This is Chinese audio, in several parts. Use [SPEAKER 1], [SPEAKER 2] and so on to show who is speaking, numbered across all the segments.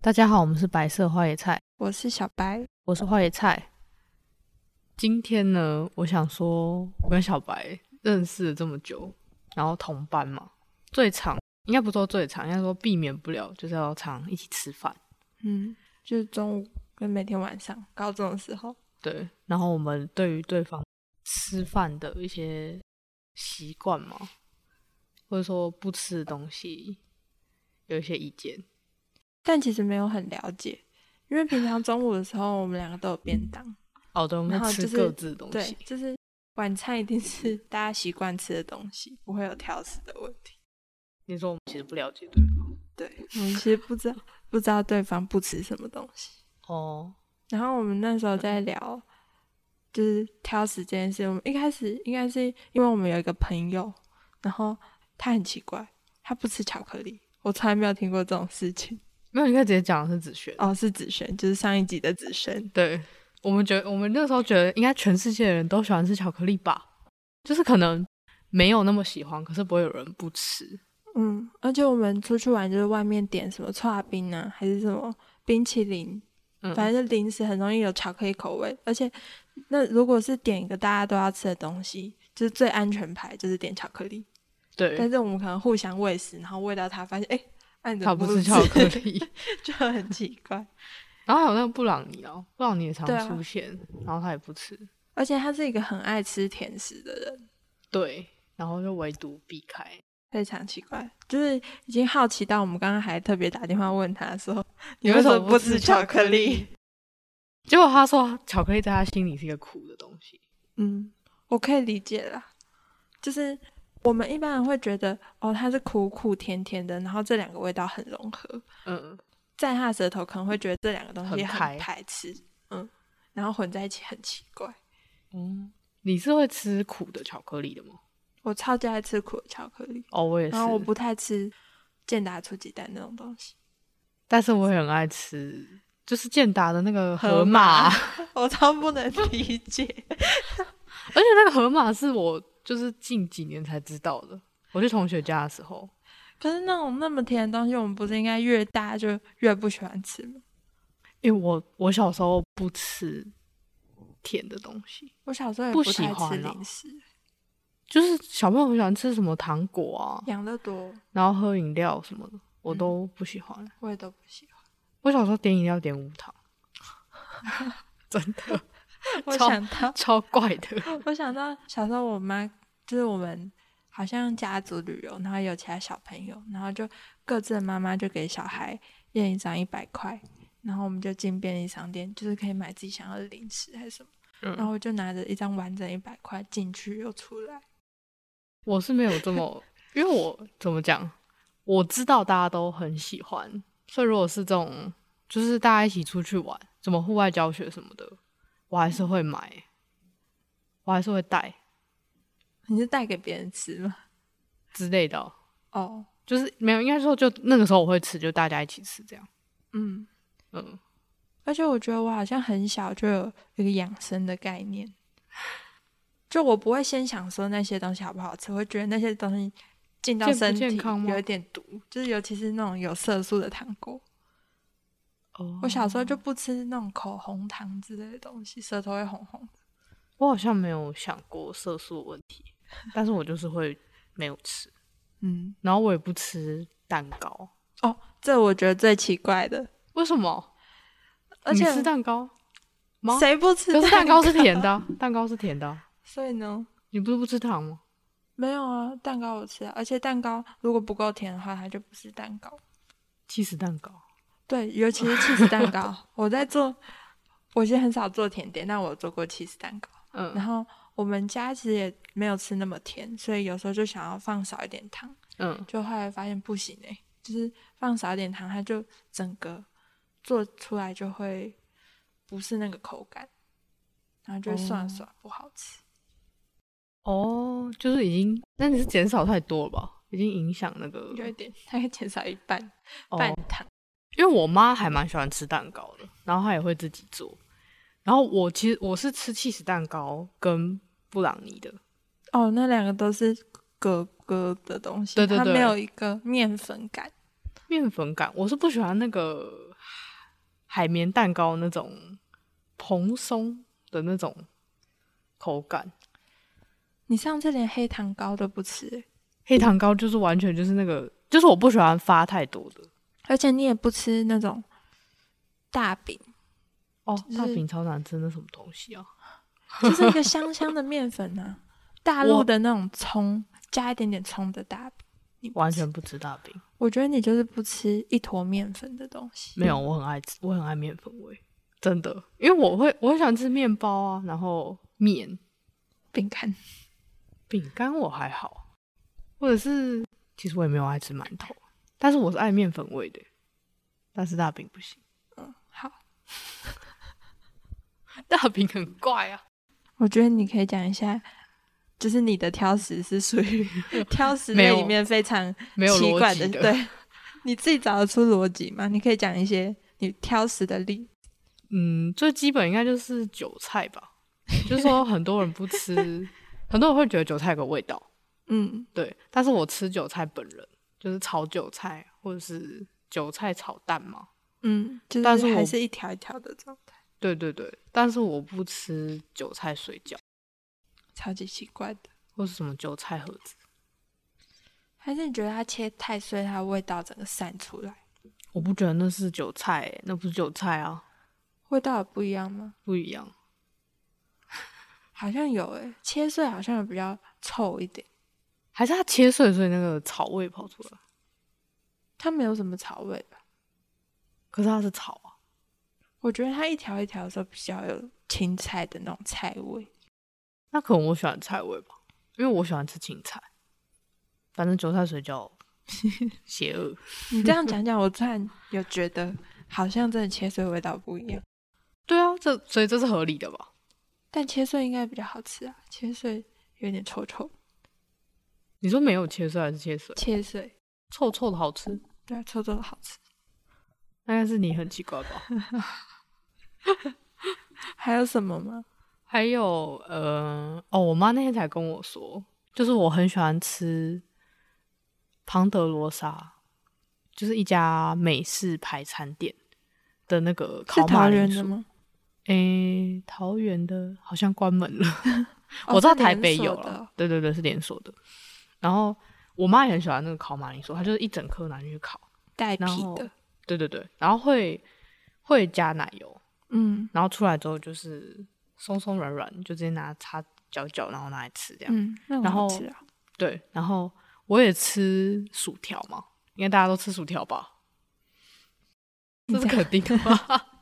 [SPEAKER 1] 大家好，我们是白色花野菜，
[SPEAKER 2] 我是小白，
[SPEAKER 1] 我是花野菜。今天呢，我想说，我跟小白认识了这么久，然后同班嘛，最常应该不说最常，应该说避免不了，就是要常一起吃饭。
[SPEAKER 2] 嗯，就是中午跟每天晚上，高中的时候，
[SPEAKER 1] 对，然后我们对于对方吃饭的一些习惯嘛，或者说不吃的东西，有一些意见。
[SPEAKER 2] 但其实没有很了解，因为平常中午的时候，我们两个都有便当，
[SPEAKER 1] 哦，对，我们
[SPEAKER 2] 然后
[SPEAKER 1] 吃
[SPEAKER 2] 就是
[SPEAKER 1] 各自嗯的东西。
[SPEAKER 2] 对，就是晚餐一定是大家习惯吃的东西，不会有挑食的问题。
[SPEAKER 1] 你说我们其实不了解对方。
[SPEAKER 2] 对，我们其实不知道不知道对方不吃什么东西。
[SPEAKER 1] 哦，
[SPEAKER 2] 然后我们那时候在聊，就是挑食这件事。我们一开始应该是因为我们有一个朋友，然后他很奇怪，他不吃巧克力，我从来没有听过这种事情。
[SPEAKER 1] 没有，你可以直接讲是子轩。
[SPEAKER 2] 哦，是子轩，就是上一集的子轩。
[SPEAKER 1] 对，我们觉得我们那时候觉得应该全世界的人都喜欢吃巧克力吧，就是可能没有那么喜欢，可是不会有人不吃。
[SPEAKER 2] 嗯，而且我们出去玩就是外面点什么串冰啊，还是什么冰淇淋，
[SPEAKER 1] 嗯，
[SPEAKER 2] 反正就零食很容易有巧克力口味。而且，那如果是点一个大家都要吃的东西，就是最安全牌就是点巧克力。但
[SPEAKER 1] 对，
[SPEAKER 2] 是我们可能互相喂食，然后喂到他发现，哎、那你怎
[SPEAKER 1] 他不
[SPEAKER 2] 么吃
[SPEAKER 1] 吃巧克，力。
[SPEAKER 2] 就很奇怪。
[SPEAKER 1] 然后还有那个布朗尼哦，布朗尼也常
[SPEAKER 2] 对啊
[SPEAKER 1] 出现，然后他也不吃。
[SPEAKER 2] 而且他是一个很爱吃甜食的人，
[SPEAKER 1] 对，然后就唯独避开。
[SPEAKER 2] 非常奇怪，就是已经好奇到我们刚刚还特别打电话问他说，
[SPEAKER 1] 你为
[SPEAKER 2] 为
[SPEAKER 1] 什
[SPEAKER 2] 什
[SPEAKER 1] 么
[SPEAKER 2] 么
[SPEAKER 1] 不
[SPEAKER 2] 不
[SPEAKER 1] 吃
[SPEAKER 2] 吃
[SPEAKER 1] 巧
[SPEAKER 2] 巧
[SPEAKER 1] 克
[SPEAKER 2] 克
[SPEAKER 1] 力
[SPEAKER 2] 力？
[SPEAKER 1] 结果他说，巧克力在他心里是一个苦的东西。
[SPEAKER 2] 嗯，我可以理解啦，就是我们一般人会觉得，哦，它是苦苦甜甜的，然后这两个味道很融合，
[SPEAKER 1] 嗯，
[SPEAKER 2] 在他的舌头可能会觉得这两个东西
[SPEAKER 1] 很
[SPEAKER 2] 很
[SPEAKER 1] 开
[SPEAKER 2] 排斥，嗯，然后混在一起很奇怪。
[SPEAKER 1] 嗯，你是会吃苦的巧克力的吗？
[SPEAKER 2] 我超级爱吃苦的巧克力，
[SPEAKER 1] 哦，我也是
[SPEAKER 2] 然，啊后我不太吃健达出鸡蛋那种东西，
[SPEAKER 1] 但是我也很爱吃，就是健达的那个
[SPEAKER 2] 河
[SPEAKER 1] 河马。
[SPEAKER 2] 我超不能理解。
[SPEAKER 1] 而且那个河马是我就是近几年才知道的，我去同学家的时候，
[SPEAKER 2] 可是那种那么甜的东西，我们不是应该越大就越不喜欢吃吗？
[SPEAKER 1] 因为我我小时候不吃甜的东西，
[SPEAKER 2] 我小时候也
[SPEAKER 1] 不喜
[SPEAKER 2] 太吃
[SPEAKER 1] 欢啊
[SPEAKER 2] 零食，
[SPEAKER 1] 就是小朋友很喜欢吃什么糖果啊，
[SPEAKER 2] 养乐多
[SPEAKER 1] 然后喝饮料什么的，我都不喜欢。
[SPEAKER 2] 我也都不喜欢。
[SPEAKER 1] 我小时候点饮料点无糖， 真的
[SPEAKER 2] 我
[SPEAKER 1] 超
[SPEAKER 2] 想到，
[SPEAKER 1] 超怪的。
[SPEAKER 2] 我想到小时候我妈就是我们好像家族旅游，然后有其他小朋友，然后就各自的妈妈就给小孩一人一张一百块，然后我们就进便利商店，就是可以买自己想要的零食还是什么。然
[SPEAKER 1] 嗯，
[SPEAKER 2] 后我就拿着一张完整一百块进去又出来，
[SPEAKER 1] 我是没有这么，因为我怎么讲，我知道大家都很喜欢，所以如果是这种，就是大家一起出去玩，什么户外教学什么的，我还是会买，我还是会带
[SPEAKER 2] 你就带给别人吃吗？
[SPEAKER 1] 之类的哦，
[SPEAKER 2] 哦，
[SPEAKER 1] 就是没有，应该说就那个时候我会吃，就大家一起吃这样。
[SPEAKER 2] 嗯，
[SPEAKER 1] 嗯，
[SPEAKER 2] 而且我觉得我好像很小就有一个养生的概念，就我不会先想说那些东西好不好吃，我会觉得那些东西进到
[SPEAKER 1] 健不
[SPEAKER 2] 身体
[SPEAKER 1] 健康吗
[SPEAKER 2] 有一点毒，就是尤其是那种有色素的糖果。
[SPEAKER 1] 哦
[SPEAKER 2] 我小时候就不吃那种口红糖之类的东西，舌头会红红的。
[SPEAKER 1] 我好像没有想过色素的问题，但是我就是会没有吃，
[SPEAKER 2] 嗯，
[SPEAKER 1] 然后我也不吃蛋糕，
[SPEAKER 2] 哦，这我觉得最奇怪的，
[SPEAKER 1] 为什么？
[SPEAKER 2] 而且
[SPEAKER 1] 你吃蛋糕吗？
[SPEAKER 2] 谁不吃？
[SPEAKER 1] 可是蛋糕是甜的啊，蛋糕是甜的啊，
[SPEAKER 2] 所以呢，
[SPEAKER 1] 你不是不吃糖吗？
[SPEAKER 2] 没有啊，蛋糕我吃啊，而且蛋糕如果不够甜的话，它就不是蛋糕。
[SPEAKER 1] 起司蛋糕，
[SPEAKER 2] 对，尤其是起司蛋糕，我在做，我其实很少做甜点，但我有做过起司蛋糕。
[SPEAKER 1] 嗯
[SPEAKER 2] 然后我们家其实也没有吃那么甜，所以有时候就想要放少一点糖，
[SPEAKER 1] 嗯，
[SPEAKER 2] 就后来发现不行哎、就是放少一点糖，它就整个做出来就会不是那个口感，然后就算了
[SPEAKER 1] 哦
[SPEAKER 2] 算了，不好吃。
[SPEAKER 1] 哦，就是已经，那你是减少太多了吧？已经影响那个
[SPEAKER 2] 有一点，它会减少一半、
[SPEAKER 1] 嗯 哦
[SPEAKER 2] 半糖。
[SPEAKER 1] 因为我妈还蛮喜欢吃蛋糕的，然后她也会自己做。然后我其实我是吃起司蛋糕跟布朗尼的，
[SPEAKER 2] 哦，那两个都是格格的东西，
[SPEAKER 1] 对对
[SPEAKER 2] 它
[SPEAKER 1] 对
[SPEAKER 2] 没有一个面粉感。
[SPEAKER 1] 面粉感我是不喜欢那个海绵蛋糕那种蓬松的那种口感。
[SPEAKER 2] 你上次连黑糖糕都不吃，
[SPEAKER 1] 黑糖糕就是完全就是那个，就是我不喜欢发太多的
[SPEAKER 2] 而且你也不吃那种大 饼，
[SPEAKER 1] 哦，
[SPEAKER 2] 是
[SPEAKER 1] 大饼超难吃，那什么东西啊？
[SPEAKER 2] 就是一个香香的面粉啊，大陆的那种葱，加一点点葱的大饼。你不吃
[SPEAKER 1] 完，全不吃大饼，
[SPEAKER 2] 我觉得你就是不吃一坨面粉的东西。
[SPEAKER 1] 没有，我很爱吃，我很爱面粉味，真的，因为我会我很想吃面包啊，然后面
[SPEAKER 2] 饼干，
[SPEAKER 1] 饼干我还好，或者是其实我也没有爱吃馒头，但是我是爱面粉味的，但是大饼不行，
[SPEAKER 2] 嗯，好，
[SPEAKER 1] 大饼很怪啊，
[SPEAKER 2] 我觉得你可以讲一下，就是你的挑食是属 于挑食类里面非常
[SPEAKER 1] 没有
[SPEAKER 2] 奇
[SPEAKER 1] 逻
[SPEAKER 2] 怪
[SPEAKER 1] 辑的，
[SPEAKER 2] 对， 你自己找得出逻辑吗？你可以讲一些你挑食的例子。
[SPEAKER 1] 嗯，最基本应该就是韭菜吧，就是说很多人不吃， 很多人会觉得韭菜有个味道，
[SPEAKER 2] 嗯，
[SPEAKER 1] 对，但是我吃韭菜本人就是炒韭菜或者是韭菜炒蛋嘛，
[SPEAKER 2] 嗯，就
[SPEAKER 1] 但是
[SPEAKER 2] 是
[SPEAKER 1] 我
[SPEAKER 2] 还是一条一条的状态，
[SPEAKER 1] 对对对，但是我不吃韭菜水饺
[SPEAKER 2] 超级奇怪的。
[SPEAKER 1] 或是什么韭菜盒子，
[SPEAKER 2] 还是你觉得它切太碎，它味道整个散出来，
[SPEAKER 1] 我不觉得那是韭菜欸、那不是韭菜啊，
[SPEAKER 2] 味道有不一样吗？
[SPEAKER 1] 不一样。
[SPEAKER 2] 好像有诶、切碎好像有比较臭一点，
[SPEAKER 1] 还是它切碎，所以那个草味跑出来。
[SPEAKER 2] 它没有什么草味吧？
[SPEAKER 1] 可是它是草啊，
[SPEAKER 2] 我觉得它一条一条的时候比较有青菜的那种菜 味。
[SPEAKER 1] 那可能我喜欢菜味吧，因为我喜欢吃青菜。反正韭菜水饺邪恶，
[SPEAKER 2] 你这样讲讲，我突然有觉得好像真的切碎味道不一样，
[SPEAKER 1] 对啊，这所以这是合理的吧？
[SPEAKER 2] 但切碎应该比较好吃啊，切碎有点臭臭，
[SPEAKER 1] 你说没有切碎还是切碎？
[SPEAKER 2] 切碎
[SPEAKER 1] 臭臭的好吃，
[SPEAKER 2] 对啊，臭臭的好吃。
[SPEAKER 1] 那应该是你很奇怪吧？
[SPEAKER 2] 还有什么吗？
[SPEAKER 1] 还有，呃，哦，我妈那天才跟我说，就是我很喜欢吃庞德罗莎，就是一家美式排餐店的那个
[SPEAKER 2] 是
[SPEAKER 1] 烤马
[SPEAKER 2] 桃
[SPEAKER 1] 铃
[SPEAKER 2] 园的
[SPEAKER 1] 薯。
[SPEAKER 2] 吗？
[SPEAKER 1] 诶、桃园的好像关门了，我
[SPEAKER 2] 哦
[SPEAKER 1] 知道
[SPEAKER 2] 是
[SPEAKER 1] 台
[SPEAKER 2] 连
[SPEAKER 1] 北
[SPEAKER 2] 锁
[SPEAKER 1] 有
[SPEAKER 2] 的
[SPEAKER 1] 了
[SPEAKER 2] 哦。
[SPEAKER 1] 对对对，是连锁的。然后我妈也很喜欢那个烤马铃薯，她就是一整颗拿进去烤。
[SPEAKER 2] 带皮
[SPEAKER 1] 然后
[SPEAKER 2] 的，
[SPEAKER 1] 对对对，然后会会加奶油，
[SPEAKER 2] 嗯
[SPEAKER 1] 然后出来之后就是松松软软，就直接拿叉搅搅，然后拿来吃这样。
[SPEAKER 2] 嗯，那很
[SPEAKER 1] 然
[SPEAKER 2] 好
[SPEAKER 1] 后
[SPEAKER 2] 吃啊。
[SPEAKER 1] 对，然后我也吃薯条嘛，应该大家都吃薯条吧？这是肯定的吧？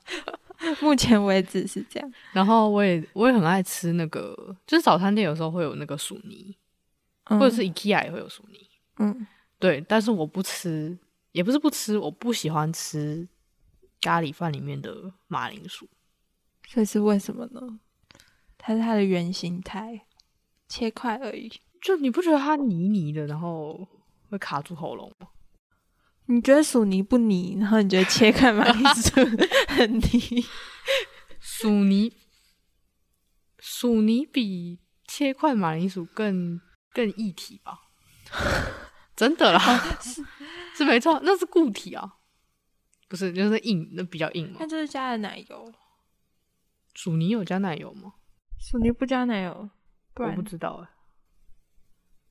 [SPEAKER 2] 目前为止是这样。
[SPEAKER 1] 然后我也我也很爱吃那个，就是早餐店有时候会有那个薯泥，
[SPEAKER 2] 嗯
[SPEAKER 1] 或者是 IKEA 也会有薯泥。
[SPEAKER 2] 嗯，
[SPEAKER 1] 对，但是我不吃，也不是不吃，我不喜欢吃咖喱饭里面的马铃薯。
[SPEAKER 2] 这是为什么呢？它是它的原形态，切块而已。
[SPEAKER 1] 就你不觉得它泥泥的，然后会卡住喉咙吗？
[SPEAKER 2] 你觉得薯泥不泥，然后 你觉得切块马铃薯很泥，
[SPEAKER 1] 薯泥，薯泥比切块马铃薯更更一体吧？ 真的啦，是没错，那是固体啊，不是就是硬， 那比较硬嘛
[SPEAKER 2] 它。就是加了奶油。
[SPEAKER 1] 薯泥有加奶油吗？
[SPEAKER 2] 薯泥不加奶油，不
[SPEAKER 1] 我
[SPEAKER 2] 然
[SPEAKER 1] 不知道哎、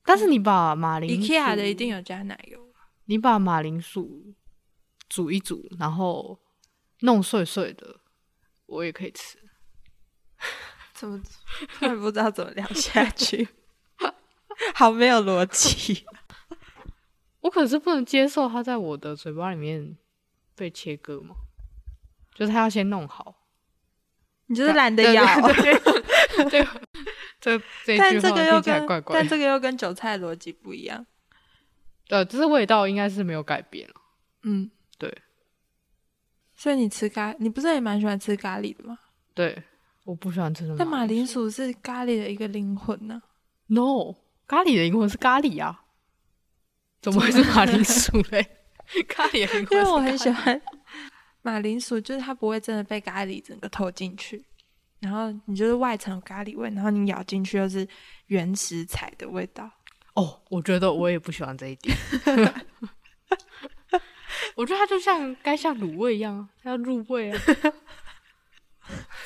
[SPEAKER 1] 但是你把马铃薯
[SPEAKER 2] IKEA 的一定有加奶油。
[SPEAKER 1] 你把马铃薯煮一煮，然后弄碎碎的，我也可以吃。
[SPEAKER 2] 怎么 突然不知道怎么聊下 去？好没有逻辑。
[SPEAKER 1] 我可是不能接受它在我的嘴巴里面被切割嘛，就是它要先弄好。
[SPEAKER 2] 你就是懒得
[SPEAKER 1] 对
[SPEAKER 2] 咬，
[SPEAKER 1] 对 对对 这这
[SPEAKER 2] 但
[SPEAKER 1] 一句
[SPEAKER 2] 这
[SPEAKER 1] 话
[SPEAKER 2] 个又
[SPEAKER 1] 听起来
[SPEAKER 2] 跟
[SPEAKER 1] 怪怪
[SPEAKER 2] 但
[SPEAKER 1] 的。
[SPEAKER 2] 这个又跟韭菜逻辑不一样。
[SPEAKER 1] 呃，就是味道应该是没有改变了。
[SPEAKER 2] 嗯，
[SPEAKER 1] 对。
[SPEAKER 2] 所以你吃咖，你不是也蛮喜欢吃咖喱的吗？
[SPEAKER 1] 对，我不喜欢吃那
[SPEAKER 2] 但马铃
[SPEAKER 1] 薯。
[SPEAKER 2] 薯是咖喱的一个灵魂 呢、
[SPEAKER 1] No，咖喱的灵魂是咖喱啊，怎么会是马铃薯嘞？咖喱的灵魂是
[SPEAKER 2] 因为我很
[SPEAKER 1] 咖喱
[SPEAKER 2] 喜欢 马铃薯，就是它不会真的被咖喱整个透进去，然后你就是外层有咖喱味，然后你咬进去又是原食材的味道。
[SPEAKER 1] 哦，我觉得我也不喜欢这一点。我觉得它就像该像卤味一样啊，它要入味啊。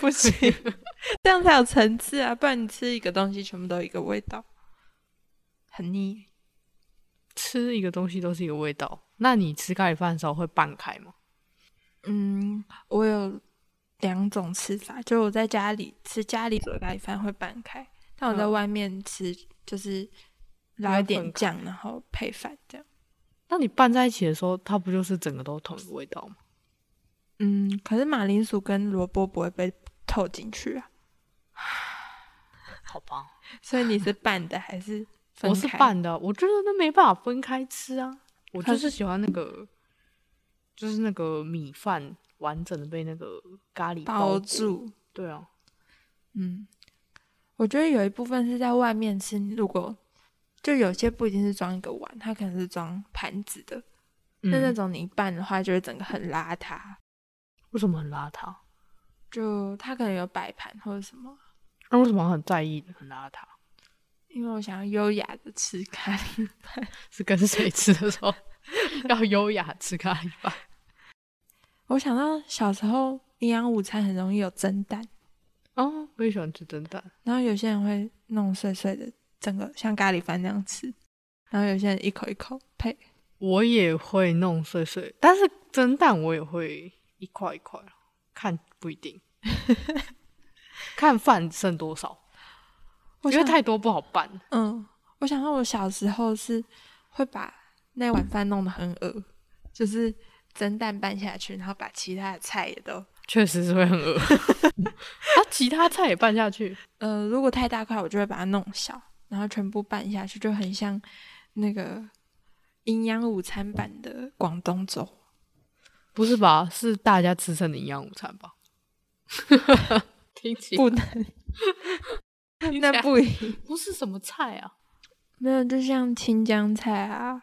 [SPEAKER 2] 不行， 这样才有层次啊！不然你吃一个东西全部都一个味道，很腻。
[SPEAKER 1] 吃一个东西都是一个味道，那你吃咖喱饭的时候会拌开吗？
[SPEAKER 2] 嗯，我有两种吃法，就我在家里吃家里煮的咖喱饭会拌开，但我在
[SPEAKER 1] 嗯
[SPEAKER 2] 外面吃就是拉一点酱，然后配饭这样。
[SPEAKER 1] 那你拌在一起的时候，它不就是整个都同一个味道吗？
[SPEAKER 2] 嗯，可是马铃薯跟萝卜不会被透进去啊，
[SPEAKER 1] 好吧，
[SPEAKER 2] 所以你是拌的还是分
[SPEAKER 1] 我是
[SPEAKER 2] 开？
[SPEAKER 1] 拌的啊，我觉得那没办法分开吃啊。我
[SPEAKER 2] 可
[SPEAKER 1] 就是喜欢那个，就是那个米饭完整的被那个咖喱
[SPEAKER 2] 包
[SPEAKER 1] 裹。
[SPEAKER 2] 住。
[SPEAKER 1] 对啊，
[SPEAKER 2] 嗯，我觉得有一部分是在外面吃，如果就有些不一定是装一个碗，它可能是装盘子的，那、那
[SPEAKER 1] 嗯、
[SPEAKER 2] 种你一拌的话，就会整个很邋遢。
[SPEAKER 1] 为什么很邋遢？
[SPEAKER 2] 就它可能有摆盘或者什么，
[SPEAKER 1] 那、啊为什么很在意很邋遢？
[SPEAKER 2] 因为我想要优雅的吃咖喱。
[SPEAKER 1] 是跟谁吃的时候 要优雅吃咖喱饭？
[SPEAKER 2] 我想到小时候营养午餐很容易有蒸蛋，
[SPEAKER 1] 哦，我也喜欢吃蒸蛋。
[SPEAKER 2] 然后有些人会弄碎碎的，整个像咖喱饭那样吃，然后有些人一口一口配。
[SPEAKER 1] 我也会弄碎碎，但是蒸蛋我也会一块一块，看不一 定，看饭剩多少。
[SPEAKER 2] 我
[SPEAKER 1] 我觉得
[SPEAKER 2] 想
[SPEAKER 1] 太多不好拌。
[SPEAKER 2] 嗯，我想到我小时候是会把那碗饭弄得很恶，就是蒸蛋拌下去，然后把其他的菜也都，
[SPEAKER 1] 确实是会很饿。 啊，其他菜也拌下去，
[SPEAKER 2] 呃，如果太大块，我就会把它弄小，然后全部拌下去，就很像那个营养午餐版的广东粥。
[SPEAKER 1] 不是吧？是大家吃剩的营养午餐吧？ 听起
[SPEAKER 2] 不能，那不行，
[SPEAKER 1] 不是什么菜啊？
[SPEAKER 2] 没有，就像青江菜啊、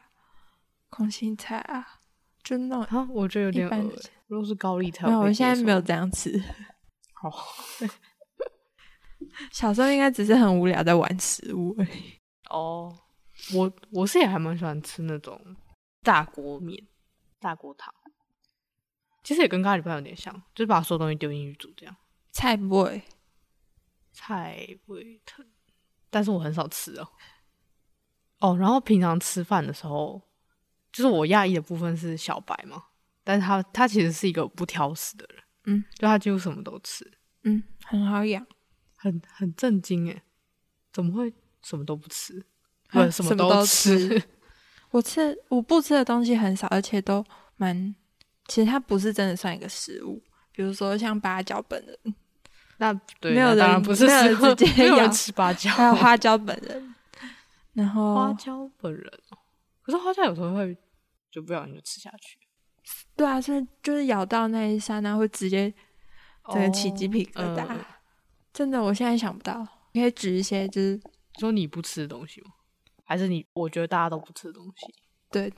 [SPEAKER 2] 空心菜啊，就那种
[SPEAKER 1] 啊，我觉得有
[SPEAKER 2] 一
[SPEAKER 1] 点
[SPEAKER 2] 般
[SPEAKER 1] 饿
[SPEAKER 2] 的。
[SPEAKER 1] 欸。如果是高丽菜，
[SPEAKER 2] 没有，
[SPEAKER 1] 可
[SPEAKER 2] 我
[SPEAKER 1] 以
[SPEAKER 2] 现在
[SPEAKER 1] 接受
[SPEAKER 2] 没有这样吃。
[SPEAKER 1] 好
[SPEAKER 2] 小时候应该只是很无聊在玩食物而已。
[SPEAKER 1] 哦。我我是也还蛮喜欢吃那种大锅面、大锅汤，其实也跟咖喱饭有点像，就是把所有东西丢进去煮这样。
[SPEAKER 2] 菜不会，
[SPEAKER 1] 菜味腾，但是我很少吃哦。哦，然后平常吃饭的时候，就是我讶异的部分是小白嘛，但是他他其实是一个不挑食的人，
[SPEAKER 2] 嗯，
[SPEAKER 1] 就他几乎什么都吃，
[SPEAKER 2] 嗯，很好养，
[SPEAKER 1] 很很震惊诶，怎么会什么都不吃？不
[SPEAKER 2] 啊
[SPEAKER 1] 是，什
[SPEAKER 2] 什么
[SPEAKER 1] 都
[SPEAKER 2] 都吃我吃我不吃的东西很少，而且都蛮，其实它不是真的算一个食物。比如说像八角本人，
[SPEAKER 1] 那对，
[SPEAKER 2] 没有
[SPEAKER 1] 那当
[SPEAKER 2] 人
[SPEAKER 1] 然不是
[SPEAKER 2] 没有
[SPEAKER 1] 食
[SPEAKER 2] 人
[SPEAKER 1] 物
[SPEAKER 2] 直 接
[SPEAKER 1] 没有人
[SPEAKER 2] 咬
[SPEAKER 1] 吃芭蕉，
[SPEAKER 2] 还 有花椒本人，然
[SPEAKER 1] 花
[SPEAKER 2] 后
[SPEAKER 1] 椒本人哦，可是花椒有时候会就不小心就吃下去，
[SPEAKER 2] 对啊，所以就是咬到那一刹那会直接整个起鸡
[SPEAKER 1] 哦
[SPEAKER 2] 皮疙
[SPEAKER 1] 嗯
[SPEAKER 2] 瘩。
[SPEAKER 1] 嗯嗯
[SPEAKER 2] 真的，我现在想不到，你可以举一些就是
[SPEAKER 1] 你说你不吃的东西吗？还是你我觉得大家都不吃的东西？
[SPEAKER 2] 对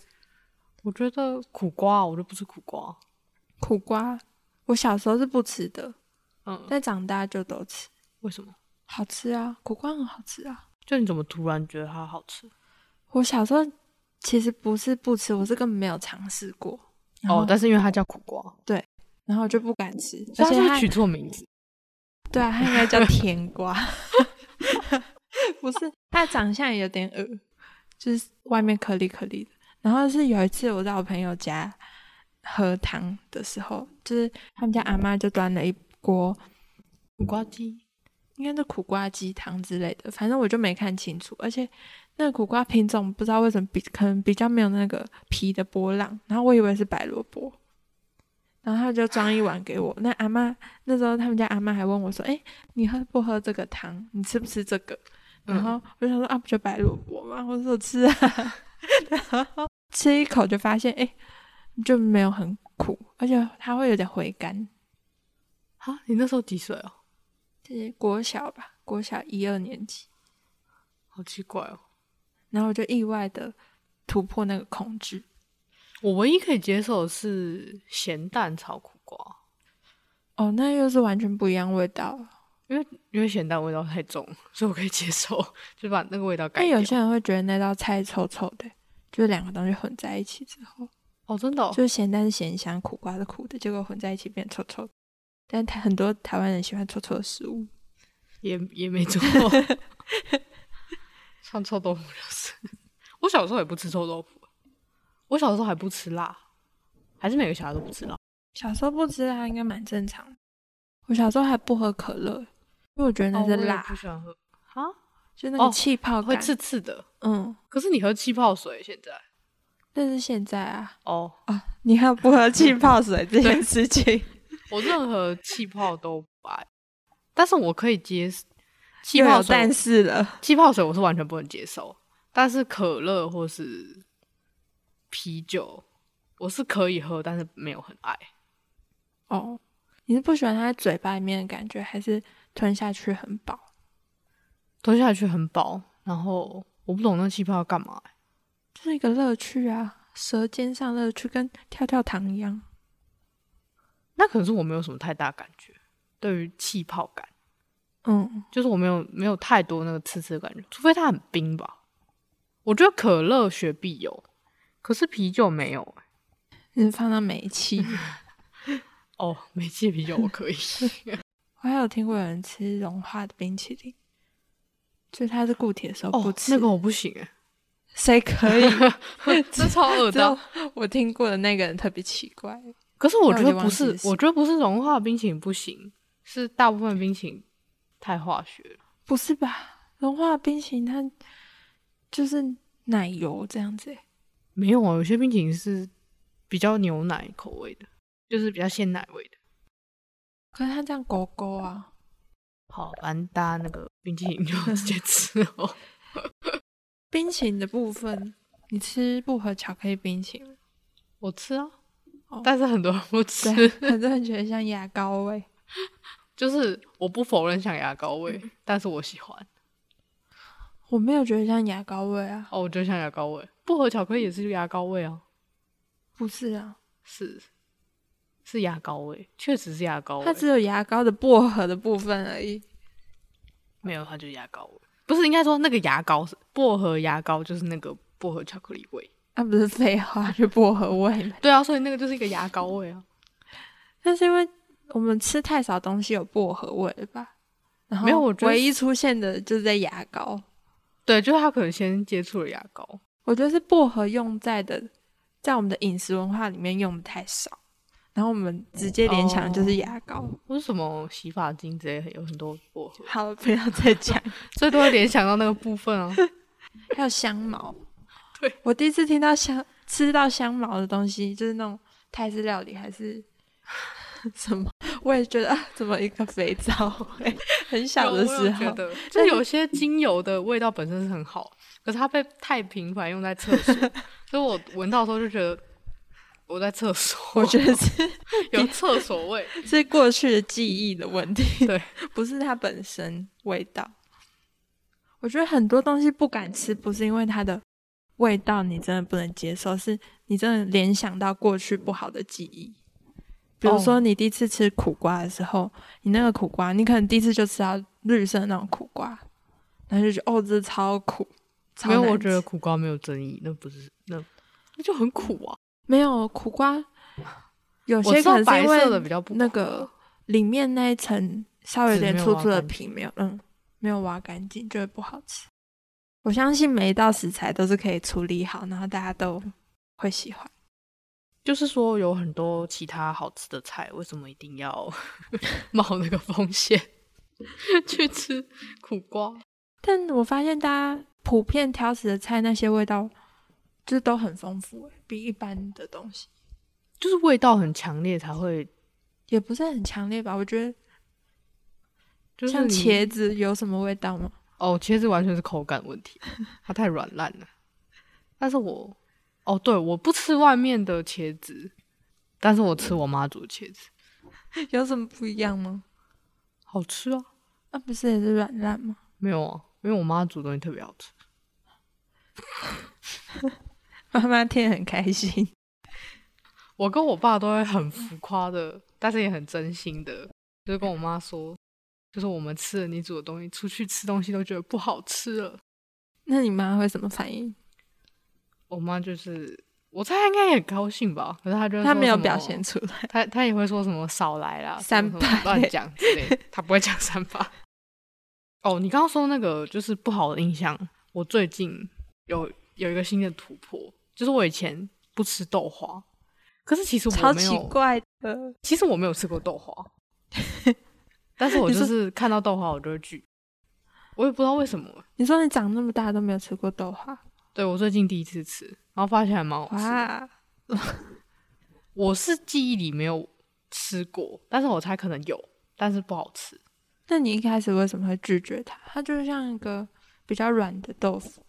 [SPEAKER 1] 我觉得苦瓜，我就不吃苦瓜。
[SPEAKER 2] 苦瓜，我小时候是不吃的，
[SPEAKER 1] 嗯，
[SPEAKER 2] 但长大就都吃，
[SPEAKER 1] 为什么？
[SPEAKER 2] 好吃啊，苦瓜很好吃啊。
[SPEAKER 1] 就你怎么突然觉得它好吃？
[SPEAKER 2] 我小时候其实不是不吃，我是根本没有尝试过。然后
[SPEAKER 1] 哦，但是因为它叫苦瓜，
[SPEAKER 2] 然后我就不敢吃，
[SPEAKER 1] 所
[SPEAKER 2] 而
[SPEAKER 1] 以它
[SPEAKER 2] 且
[SPEAKER 1] 是不
[SPEAKER 2] 它
[SPEAKER 1] 是取错名字。
[SPEAKER 2] 对啊，它应该叫甜瓜， 不是它长相也有点恶，就是外面颗粒颗粒的。然后是有一次我在我朋友家喝汤的时候，就是他们家阿妈就端了一锅
[SPEAKER 1] 苦瓜鸡，
[SPEAKER 2] 应该是苦瓜鸡汤之类的，反正我就没看清楚。而且那个苦瓜品种不知道为什么比可能比较没有那个皮的波浪，然后我以为是白萝卜，然后他就装一碗给我。那阿妈那时候他们家阿妈还问我说：“哎、你喝不喝这个汤？你吃不吃这个？”然后我就想说：“啊，不就白萝卜吗？”我说：“我吃啊。”然后吃一口就发现，哎、就没有很苦，而且它会有点回甘。
[SPEAKER 1] 啊，你那时候几岁哦？
[SPEAKER 2] 这是国小吧，国小一二年级。
[SPEAKER 1] 好奇怪哦。
[SPEAKER 2] 然后我就意外的突破那个恐惧。
[SPEAKER 1] 我唯一可以接受的是咸蛋炒苦瓜，
[SPEAKER 2] 哦，那又是完全不一样味道。
[SPEAKER 1] 因为咸蛋味道太重，所以我可以接受，就把那个味道改
[SPEAKER 2] 但
[SPEAKER 1] 掉。
[SPEAKER 2] 有些人会觉得那道菜臭臭的，就是两个东西混在一起之后，
[SPEAKER 1] 哦，真的、哦，
[SPEAKER 2] 就是咸蛋是咸香，苦瓜是苦的，结果混在一起变臭臭的。但台很多台湾人喜欢臭臭的食物，
[SPEAKER 1] 也也没 做，像臭豆腐就是。我小时候也不吃臭豆腐，我小时候还不吃辣，还是每个小孩都不吃辣。
[SPEAKER 2] 小时候不吃辣应该蛮正常的。我小时候还不喝可乐，因为我觉得那
[SPEAKER 1] 哦
[SPEAKER 2] 是
[SPEAKER 1] 我也
[SPEAKER 2] 辣，
[SPEAKER 1] 不喜欢喝啊，
[SPEAKER 2] 就那个
[SPEAKER 1] 哦
[SPEAKER 2] 气泡
[SPEAKER 1] 会
[SPEAKER 2] 感。
[SPEAKER 1] 刺刺的。
[SPEAKER 2] 嗯，
[SPEAKER 1] 可是你喝气泡水现在
[SPEAKER 2] 但是现在啊
[SPEAKER 1] 哦，
[SPEAKER 2] 啊，你还有不喝气泡水这件事 情，
[SPEAKER 1] 我任何气泡都不爱，但是我可以接受气
[SPEAKER 2] 又
[SPEAKER 1] 泡
[SPEAKER 2] 有
[SPEAKER 1] 水
[SPEAKER 2] 但是了。
[SPEAKER 1] 气泡水我是完全不能接受，但是可乐或是啤酒，我是可以喝，但是没有很爱。
[SPEAKER 2] 哦，你是不喜欢它在嘴巴里面的感觉，还是吞下去很饱？
[SPEAKER 1] 吞下去很饱，然后我不懂那气泡要干嘛欸、
[SPEAKER 2] 这是一个乐趣啊，舌尖上乐趣跟跳跳糖一样。
[SPEAKER 1] 那可能是我没有什么太大感觉，对于气泡感，
[SPEAKER 2] 嗯，
[SPEAKER 1] 就是我没有没有太多那个刺刺的感觉，除非它很冰吧。我觉得可乐、雪碧有，可是啤酒没有欸、
[SPEAKER 2] 你是放到煤气。
[SPEAKER 1] 哦，没气啤酒我可以。
[SPEAKER 2] 我还有听过有人吃融化的冰淇淋，就是它是固体的时候 不
[SPEAKER 1] 哦，
[SPEAKER 2] 吃。
[SPEAKER 1] 那个 我不行 哎、
[SPEAKER 2] 谁可 以？
[SPEAKER 1] 这超 恶
[SPEAKER 2] 只
[SPEAKER 1] 的
[SPEAKER 2] 有。我听过的那个人特别奇怪。
[SPEAKER 1] 可是我
[SPEAKER 2] 那
[SPEAKER 1] 觉
[SPEAKER 2] 我
[SPEAKER 1] 得
[SPEAKER 2] 就忘
[SPEAKER 1] 不
[SPEAKER 2] 记
[SPEAKER 1] 是
[SPEAKER 2] 了，
[SPEAKER 1] 我觉得不是融化冰淇淋不行，是大部分冰淇淋太化学了。
[SPEAKER 2] 不是吧？融化的冰淇淋它就是奶油这样子欸、
[SPEAKER 1] 没有啊，有些冰淇淋是比较牛奶口味的，就是比较鲜奶味的。
[SPEAKER 2] 可是它这样勾勾啊，
[SPEAKER 1] 好，反正大家那个冰淇淋就 直接吃哦。
[SPEAKER 2] 冰淇淋的部分，你吃不和巧克力冰淇淋吗，
[SPEAKER 1] 我吃啊
[SPEAKER 2] 哦，
[SPEAKER 1] 但是很多人不吃，
[SPEAKER 2] 对啊，很多人觉得像牙膏味。
[SPEAKER 1] 就是我不否认像牙膏味，
[SPEAKER 2] 嗯
[SPEAKER 1] 但是我喜欢。
[SPEAKER 2] 我没有觉得像牙膏味啊，
[SPEAKER 1] 哦，我觉得像牙膏味，薄荷巧克力也是牙膏味啊，
[SPEAKER 2] 不是啊，
[SPEAKER 1] 是是牙膏味，确实是牙膏味。
[SPEAKER 2] 它只有牙膏的薄荷的部分而已。
[SPEAKER 1] 没有，它就是牙膏味。不是，应该说那个牙膏是薄荷牙膏，就是那个薄荷巧克力味。
[SPEAKER 2] 那、不是废话，就薄荷味嘛。
[SPEAKER 1] 对啊，所以那个就是一个牙膏味啊。
[SPEAKER 2] 但是因为我们吃太少东西有薄荷味了吧？然后
[SPEAKER 1] 没有我觉得
[SPEAKER 2] 唯一出现的就是在牙膏，
[SPEAKER 1] 对，就是它可能先接触了牙膏。
[SPEAKER 2] 我觉得是薄荷用在的，在我们的饮食文化里面用的太少，然后我们直接联想的
[SPEAKER 1] 哦
[SPEAKER 2] 就是牙膏。
[SPEAKER 1] 为什么洗发精之类有很多薄荷，
[SPEAKER 2] 好了，不要再讲。
[SPEAKER 1] 所以都会联想到那个部分 啊。
[SPEAKER 2] 还有香茅，
[SPEAKER 1] 对
[SPEAKER 2] 我第一次听到香吃到香茅的东西，就是那种泰式料理还是 什么，我也觉得啊，怎么一个肥皂味， 很小的时
[SPEAKER 1] 有我有觉
[SPEAKER 2] 候，
[SPEAKER 1] 得就是有些精油的味道本身是很好，可是它被太频繁用在厕 所，所以我闻到的时候就觉得我在厕所，
[SPEAKER 2] 我觉得是
[SPEAKER 1] 有厕所味。
[SPEAKER 2] 是过去的记忆的问题，
[SPEAKER 1] 对，
[SPEAKER 2] 不是它本身味道。我觉得很多东西不敢吃，不是因为它的味道你真的不能接受，是你真的联想到过去不好的记忆。比如说，
[SPEAKER 1] 哦
[SPEAKER 2] 你第一次吃苦瓜的时候，你那个苦瓜，你可能第一次就吃到绿色那种苦瓜，然后就觉得哦，这超苦，超
[SPEAKER 1] 没有，
[SPEAKER 2] 难
[SPEAKER 1] 我觉得
[SPEAKER 2] 吃
[SPEAKER 1] 苦瓜没有争议，那不是那那就很苦啊。
[SPEAKER 2] 没有苦瓜，有
[SPEAKER 1] 我
[SPEAKER 2] 些
[SPEAKER 1] 知
[SPEAKER 2] 可
[SPEAKER 1] 道
[SPEAKER 2] 能是
[SPEAKER 1] 白
[SPEAKER 2] 因为
[SPEAKER 1] 色的比较不
[SPEAKER 2] 那个里面那一层稍微有点
[SPEAKER 1] 纸没有
[SPEAKER 2] 粗
[SPEAKER 1] 挖
[SPEAKER 2] 粗的
[SPEAKER 1] 干
[SPEAKER 2] 皮没有，嗯，没有挖干净，就会不好吃。我相信每一道食材都是可以处理好，然后大家都会喜欢。
[SPEAKER 1] 就是说有很多其他好吃的菜，为什么一定要 冒那个风险 去吃苦瓜？
[SPEAKER 2] 但我发现大家普遍挑食的菜，那些味道就是都很丰富、欸，比一般的东西
[SPEAKER 1] 就是味道很强烈才会，
[SPEAKER 2] 也不是很强烈吧？我觉得
[SPEAKER 1] 就是
[SPEAKER 2] 像
[SPEAKER 1] 你
[SPEAKER 2] 茄子有什么味道吗？
[SPEAKER 1] 哦，茄子完全是口感问题，它太软烂了。但是我哦，对，我不吃外面的茄子，但是我吃我妈煮的茄子，
[SPEAKER 2] 有什么不一样吗？
[SPEAKER 1] 好吃啊。
[SPEAKER 2] 那、不是也是软烂吗？
[SPEAKER 1] 没有啊，因为我妈煮的东西特别好吃。
[SPEAKER 2] 妈妈听得很开心。
[SPEAKER 1] 我跟我爸都会很浮夸的，但是也很真心的，就是跟我妈说，就是我们吃了你煮的东西，出去吃东西都觉得不好吃了。
[SPEAKER 2] 那你妈会什么反应？
[SPEAKER 1] 我妈就是我猜他应该也很高兴吧，可是他就会
[SPEAKER 2] 他
[SPEAKER 1] 说
[SPEAKER 2] 没有
[SPEAKER 1] 什么
[SPEAKER 2] 表现，出来。
[SPEAKER 1] 他他也会说什么少来啦，
[SPEAKER 2] 三
[SPEAKER 1] 什么
[SPEAKER 2] 八
[SPEAKER 1] 什么乱讲之类的，他不会讲三八。 哦，你刚刚说那个就是不好的印象，我最近有有一个新的突破，就是我以前不吃豆花，可是其实我
[SPEAKER 2] 超
[SPEAKER 1] 没
[SPEAKER 2] 奇
[SPEAKER 1] 有，
[SPEAKER 2] 怪的，
[SPEAKER 1] 其实我没有吃过豆花， 但是我
[SPEAKER 2] 你
[SPEAKER 1] 就
[SPEAKER 2] 说
[SPEAKER 1] 是看到豆花我就会拒，我也不知道为什么。
[SPEAKER 2] 你说你长那么大都没有吃过豆花，
[SPEAKER 1] 对我最近第一次吃，然后发现还蛮好吃的。
[SPEAKER 2] 哇，
[SPEAKER 1] 我是记忆里没有吃过，但是我猜可能有，但是不好吃。
[SPEAKER 2] 那你一开始为什么会拒绝它？它就是像一个比较软的豆腐，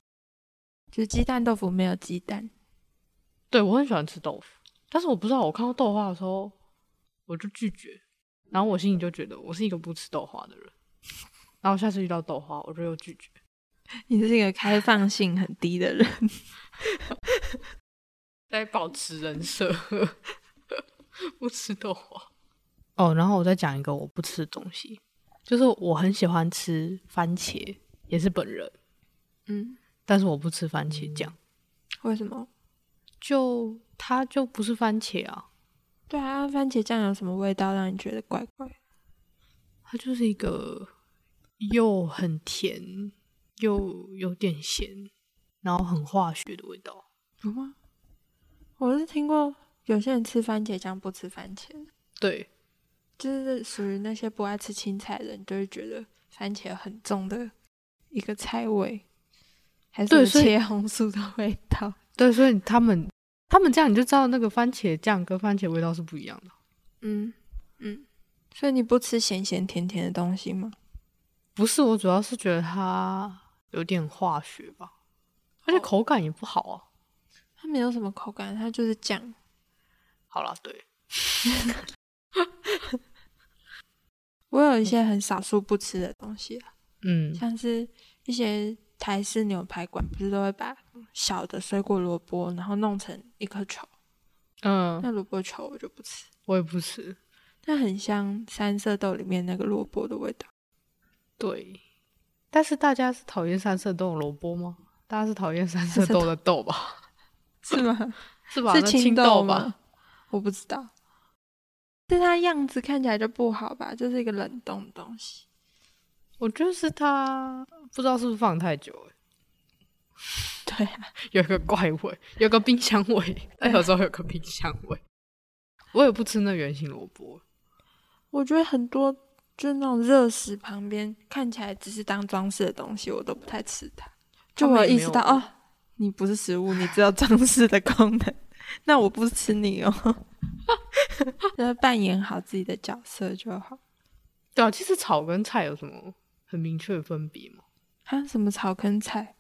[SPEAKER 2] 就是鸡蛋豆腐没有鸡蛋，
[SPEAKER 1] 对我很喜欢吃豆腐，但是我不知道我看到豆花的时候我就拒绝，然后我心里就觉得我是一个不吃豆花的人，然后下次遇到豆花我就又拒绝。
[SPEAKER 2] 你是一个开放性很低的人。
[SPEAKER 1] 在保持人设，不吃豆花。哦，然后我再讲一个我不吃的东西，就是我很喜欢吃番茄，也是本人，
[SPEAKER 2] 嗯，
[SPEAKER 1] 但是我不吃番茄酱，
[SPEAKER 2] 为什么？
[SPEAKER 1] 就它就不是番茄啊，
[SPEAKER 2] 对啊，番茄酱有什么味道让你觉得怪怪？
[SPEAKER 1] 它就是一个又很甜又有点咸，然后很化学的味道。
[SPEAKER 2] 有吗？我是听过有些人吃番茄酱不吃番茄，
[SPEAKER 1] 对，
[SPEAKER 2] 就是属于那些不爱吃青菜的人，就会觉得番茄很重的一个菜味，还是
[SPEAKER 1] 对
[SPEAKER 2] 有
[SPEAKER 1] 所以
[SPEAKER 2] 茄红素的味道。
[SPEAKER 1] 对，所以他们他们这样你就知道那个番茄酱跟番茄味道是不一样的。
[SPEAKER 2] 嗯嗯，所以你不吃咸咸甜甜的东西吗？
[SPEAKER 1] 不是，我主要是觉得它有点化学吧，而且口感也不好啊。
[SPEAKER 2] 它没有什么口感，它就是酱。
[SPEAKER 1] 好啦，对，
[SPEAKER 2] 我有一些很少数不吃的东西、啊，
[SPEAKER 1] 嗯，
[SPEAKER 2] 像是一些台式牛排馆，不是都会把小的水果萝卜，然后弄成一颗球。
[SPEAKER 1] 嗯，
[SPEAKER 2] 那萝卜球我就不吃，
[SPEAKER 1] 我也不吃。
[SPEAKER 2] 那很像三色豆里面那个萝卜的味道。
[SPEAKER 1] 对，但是大家是讨厌三色豆的萝卜吗？大家是讨厌三色
[SPEAKER 2] 三色
[SPEAKER 1] 豆的豆吧？
[SPEAKER 2] 是吗？
[SPEAKER 1] 是吧？
[SPEAKER 2] 是
[SPEAKER 1] 那
[SPEAKER 2] 青
[SPEAKER 1] 青
[SPEAKER 2] 豆
[SPEAKER 1] 吧？
[SPEAKER 2] 吗？我不知道，但它样子看起来就不好吧，就是一个冷冻的东西。
[SPEAKER 1] 我觉得是它，不知道是不是放太久了，
[SPEAKER 2] 对啊，
[SPEAKER 1] 有一个怪味，有个冰箱 味，它有时候有个冰箱味。我也不吃那圆形萝卜，
[SPEAKER 2] 我觉得很多就是那种热食旁边看起来只是当装饰的东西，我都不太吃它。就
[SPEAKER 1] 他们
[SPEAKER 2] 我
[SPEAKER 1] 也
[SPEAKER 2] 意
[SPEAKER 1] 没
[SPEAKER 2] 识
[SPEAKER 1] 有
[SPEAKER 2] 到哦，你不是食物，你只有装饰的功能。那我不吃你哦， 就是扮演好自己的角色就好。
[SPEAKER 1] 对啊，其实草跟菜有什么很明确的分别吗？
[SPEAKER 2] 啊，什么草根菜？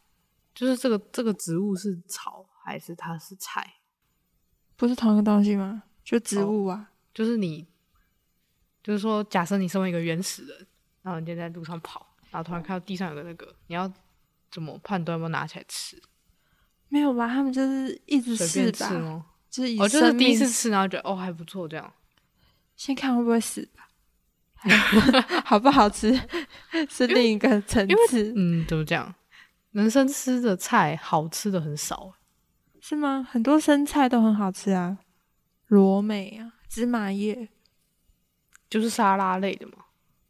[SPEAKER 1] 就是这个这个植物是草还是它是菜？
[SPEAKER 2] 不是同一个东西吗？就植物啊，
[SPEAKER 1] 就是你，就是说，假设你身为一个原始人，然后你今天在路上跑，然后突然看到地上有个那个，你要怎么判断要不要拿起来吃？
[SPEAKER 2] 没有吧？他们就是一直
[SPEAKER 1] 随
[SPEAKER 2] 试
[SPEAKER 1] 便吃
[SPEAKER 2] 吧，
[SPEAKER 1] 吗？
[SPEAKER 2] 就是以
[SPEAKER 1] 哦，就是
[SPEAKER 2] 生
[SPEAKER 1] 第一
[SPEAKER 2] 命
[SPEAKER 1] 次吃，然后觉得哦还不错这样。
[SPEAKER 2] 先看会不会死 吧， 好不好吃是另一个层次，
[SPEAKER 1] 嗯，怎么讲？人生吃的菜好吃的很少，
[SPEAKER 2] 是吗？很多生菜都很好吃啊，罗美啊，芝麻叶，
[SPEAKER 1] 就是沙拉类的嘛。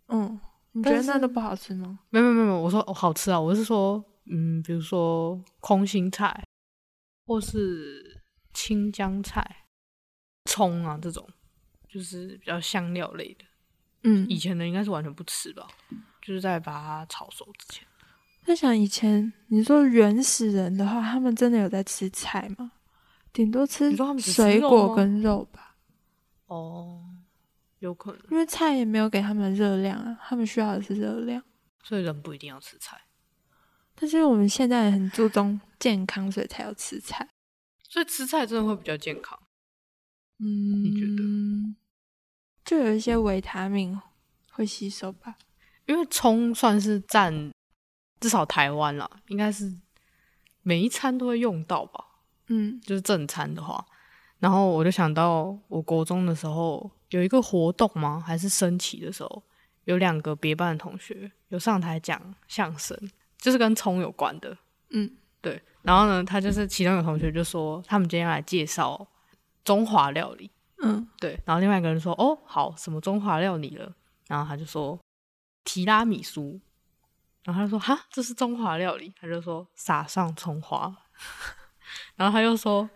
[SPEAKER 2] 嗯，你觉得
[SPEAKER 1] 但是
[SPEAKER 2] 那都不好吃吗？
[SPEAKER 1] 没有没有没有没有，我说、哦、好吃啊，我是说，嗯，比如说空心菜，或是青江菜、葱啊这种，就是比较香料类的。
[SPEAKER 2] 嗯，
[SPEAKER 1] 以前的应该是完全不吃吧，就是在把它炒熟之前。
[SPEAKER 2] 在想以前你说原始人的话，他们真的有在吃菜吗？顶多吃
[SPEAKER 1] 你说他们只吃
[SPEAKER 2] 水
[SPEAKER 1] 肉
[SPEAKER 2] 果
[SPEAKER 1] 吗
[SPEAKER 2] 跟肉吧。
[SPEAKER 1] 哦，有可能，
[SPEAKER 2] 因为菜也没有给他们热量啊，他们需要的是热量。
[SPEAKER 1] 所以人不一定要吃菜，
[SPEAKER 2] 但是我们现在很注重健康，所以才要吃菜。
[SPEAKER 1] 所以吃菜真的会比较健康。
[SPEAKER 2] 嗯
[SPEAKER 1] 你觉
[SPEAKER 2] 得？就有一些维他命会吸收吧。
[SPEAKER 1] 因为葱算是占至少台湾啦，应该是每一餐都会用到吧。
[SPEAKER 2] 嗯，
[SPEAKER 1] 就是正餐的话，然后我就想到我国中的时候有一个活动吗？还是升旗的时候，有两个别班的同学有上台讲相声，就是跟葱有关的。
[SPEAKER 2] 嗯，
[SPEAKER 1] 对。然后呢，他就是其中一个同学就说，他们今天要来介绍中华料理，
[SPEAKER 2] 嗯，
[SPEAKER 1] 对，然后另外一个人说，哦，好，什么中华料理了？然后他就说提拉米苏，然后他就说哈，这是中华料理，他就说撒上葱花， 然后他又说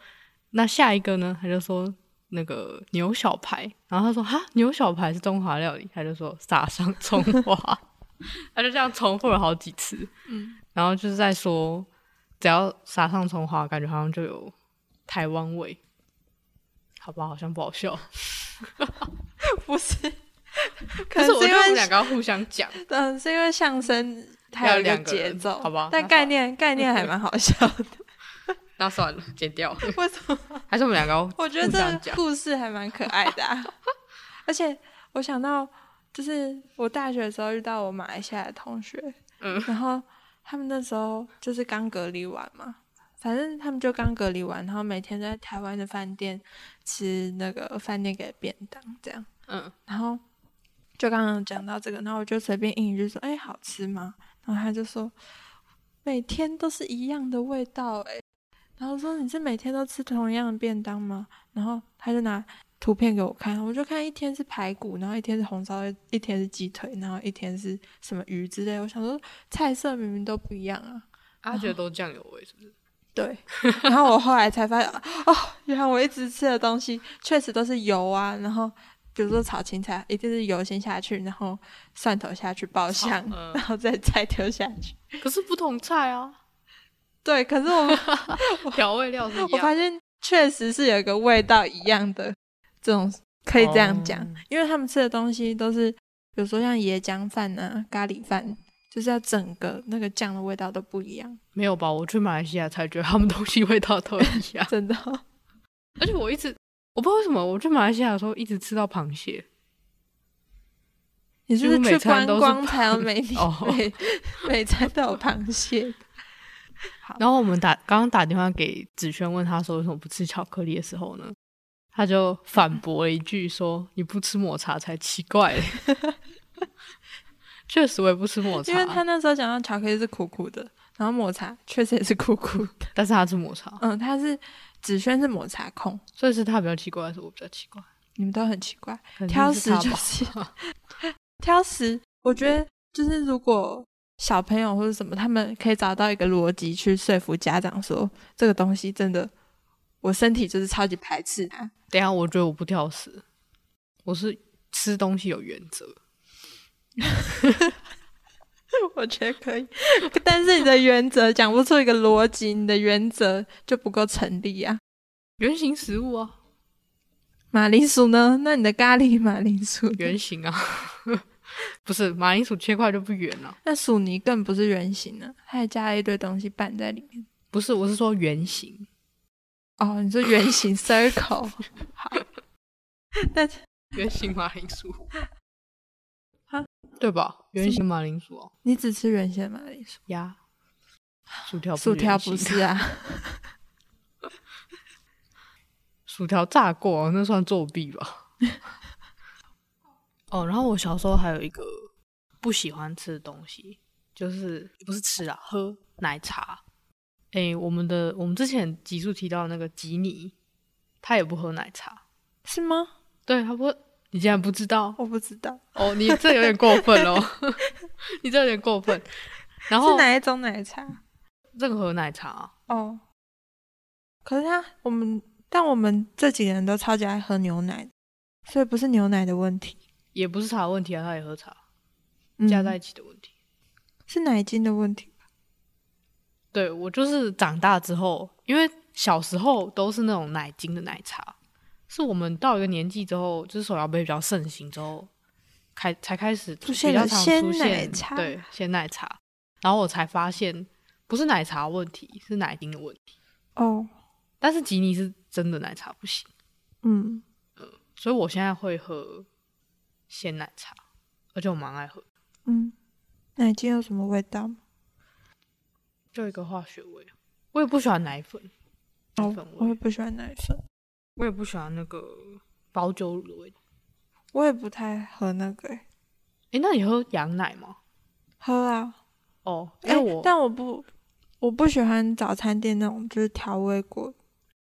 [SPEAKER 1] 那下一个呢？他就说那个牛小排，然后他说哈，牛小排是中华料理，他就说撒上葱花， 他就这样重复了好几次，
[SPEAKER 2] 嗯，
[SPEAKER 1] 然后就是在说只要撒上葱花，感觉好像就有台湾味。好吧，好像不好笑，
[SPEAKER 2] 不是，
[SPEAKER 1] 可
[SPEAKER 2] 可
[SPEAKER 1] 是
[SPEAKER 2] 能
[SPEAKER 1] 我觉
[SPEAKER 2] 是因
[SPEAKER 1] 得我们
[SPEAKER 2] 为
[SPEAKER 1] 两个要互相讲，
[SPEAKER 2] 嗯，是因为相声它有一
[SPEAKER 1] 要两个
[SPEAKER 2] 节
[SPEAKER 1] 人
[SPEAKER 2] 奏，
[SPEAKER 1] 好吧
[SPEAKER 2] 但
[SPEAKER 1] 那
[SPEAKER 2] 概
[SPEAKER 1] 算
[SPEAKER 2] 念概念还蛮好笑 的。
[SPEAKER 1] 那算了，剪掉。
[SPEAKER 2] 为什么？
[SPEAKER 1] 还是我们两个哦要
[SPEAKER 2] 我觉得
[SPEAKER 1] 互相
[SPEAKER 2] 这个
[SPEAKER 1] 讲
[SPEAKER 2] 故事还蛮可爱的、 啊，而且我想到，就是我大学的时候遇到我马来西亚的同学，
[SPEAKER 1] 嗯，
[SPEAKER 2] 然后他们那时候就是刚隔离完嘛，反正他们就刚隔离完，然后每天在台湾的饭店吃那个饭店给的便当这样，
[SPEAKER 1] 嗯
[SPEAKER 2] 然后就刚刚讲到这个，然后我就随便应一句说：“哎、好吃吗？”然后他就说：“每天都是一样的味道、哎。”然后说：“你是每天都吃同样的便当吗？”然后他就拿图片给我看，我就看一天是排骨，然后一天是红烧，一天是鸡腿，然后一天是什么鱼之类。我想说菜色明明都不一样啊。
[SPEAKER 1] 啊，觉得都酱油味是不是？
[SPEAKER 2] 对，然后我后来才发现，哦，原来我一直吃的东西确实都是油啊，然后比如说炒青菜，一定是油先下去，然后蒜头下去爆香，
[SPEAKER 1] 嗯
[SPEAKER 2] 然后再菜丢下去。
[SPEAKER 1] 可是不同菜啊，
[SPEAKER 2] 对，可是我们
[SPEAKER 1] 调味料是一
[SPEAKER 2] 我发
[SPEAKER 1] 样。
[SPEAKER 2] 现确实是有一个味道一样的这种，可以这样讲，
[SPEAKER 1] 哦
[SPEAKER 2] 因为他们吃的东西都是，比如说像椰浆饭啊、咖喱饭，就是要整个那个酱的味道都不一样，，
[SPEAKER 1] 没有吧？我去马来西亚才觉得他们东西味道都一样
[SPEAKER 2] 真的。
[SPEAKER 1] 而且我一直我不知道为什么我去马来西亚的时候一直吃到螃蟹，
[SPEAKER 2] 你是不
[SPEAKER 1] 几乎
[SPEAKER 2] 是
[SPEAKER 1] 每
[SPEAKER 2] 去
[SPEAKER 1] 餐
[SPEAKER 2] 观
[SPEAKER 1] 都是
[SPEAKER 2] 光
[SPEAKER 1] 螃
[SPEAKER 2] 才有 美女
[SPEAKER 1] 哦
[SPEAKER 2] 每每餐都有螃蟹？
[SPEAKER 1] 然后我们打刚刚打电话给子轩问他说为什么不吃巧克力的时候呢，他就反驳了一句说你不吃抹茶才奇怪 嘞。确实我也不吃抹茶，
[SPEAKER 2] 因为他那时候讲到巧克力是苦苦的，然后抹茶确实也是苦苦的。
[SPEAKER 1] 但是他吃抹茶，
[SPEAKER 2] 嗯，他是子轩是抹茶控，
[SPEAKER 1] 所以是他比较奇怪，还是我比较奇怪？
[SPEAKER 2] 你们都很奇怪，
[SPEAKER 1] 可能
[SPEAKER 2] 挑
[SPEAKER 1] 是
[SPEAKER 2] 食
[SPEAKER 1] 他
[SPEAKER 2] 就
[SPEAKER 1] 吧
[SPEAKER 2] 是 挑食。我觉得就是如果小朋友或者什么，他们可以找到一个逻辑去说服家长说这个东西真的，我身体就是超级排斥它。
[SPEAKER 1] 等一下，我觉得我不挑食，我是吃东西有原则。
[SPEAKER 2] 我觉得可以， 但是你的原则讲不出一个逻辑，你的原则就不够成立啊。
[SPEAKER 1] 圆形食物啊，
[SPEAKER 2] 马铃薯呢？那你的咖喱马铃薯呢，
[SPEAKER 1] 圆形啊， 不是马铃薯切块就不圆了、
[SPEAKER 2] 那薯泥更不是圆形呢，它还加了一堆东西拌在里面。
[SPEAKER 1] 不是，我是说圆形。
[SPEAKER 2] 哦，你说圆形 circle，好，但是
[SPEAKER 1] 圆形马铃薯
[SPEAKER 2] 啊，
[SPEAKER 1] 对吧？圆形马铃薯哦，
[SPEAKER 2] 你只吃圆形的马铃薯，
[SPEAKER 1] 呀，薯条不
[SPEAKER 2] 薯条不
[SPEAKER 1] 圆形
[SPEAKER 2] 是啊？
[SPEAKER 1] 薯条炸过、那算作弊吧？ 哦，然后我小时候还有一个不喜欢吃的东西，就是不是吃啊，喝奶茶。诶，我们的我们之前集数提到那个吉尼，他也不喝奶茶，
[SPEAKER 2] 是吗？
[SPEAKER 1] 对他不喝，你竟然不知道
[SPEAKER 2] 我不知道
[SPEAKER 1] 哦，你这有点过分哦， 你这有点过分。然后
[SPEAKER 2] 是哪一种奶茶
[SPEAKER 1] 任何奶茶啊、
[SPEAKER 2] 哦。可是它我们，但我们这几个人都超级爱喝牛奶，所以不是牛奶的问题。
[SPEAKER 1] 也不是茶的问题啊，他也喝茶，
[SPEAKER 2] 嗯
[SPEAKER 1] 加在一起的问题。
[SPEAKER 2] 是奶精的问题。
[SPEAKER 1] 对我就是长大之后，因为小时候都是那种奶精的奶茶，是我们到一个年纪之后，就是手摇杯比较盛行之后，开才开始
[SPEAKER 2] 出
[SPEAKER 1] 比
[SPEAKER 2] 现
[SPEAKER 1] 较
[SPEAKER 2] 了
[SPEAKER 1] 常
[SPEAKER 2] 鲜
[SPEAKER 1] 出
[SPEAKER 2] 奶
[SPEAKER 1] 现
[SPEAKER 2] 茶
[SPEAKER 1] 对鲜奶茶，然后我才发现不是奶茶问题，是奶精的问题。
[SPEAKER 2] 哦，
[SPEAKER 1] 但是吉尼是真的奶茶不行，
[SPEAKER 2] 嗯，
[SPEAKER 1] 所以我现在会喝鲜奶茶，而且我蛮爱喝，
[SPEAKER 2] 嗯，奶精有什么味道吗？
[SPEAKER 1] 就一个化学味。啊我也不喜欢奶粉，奶粉味。
[SPEAKER 2] 哦我也不喜欢奶粉，
[SPEAKER 1] 我也不喜欢那个保酒乳的味道。
[SPEAKER 2] 我也不太喝那个、欸。
[SPEAKER 1] 诶，那你喝羊奶吗？
[SPEAKER 2] 喝啊，
[SPEAKER 1] 哦，因
[SPEAKER 2] 哎、
[SPEAKER 1] 为我、
[SPEAKER 2] 但我不，我不喜欢早餐店那种就是调味过，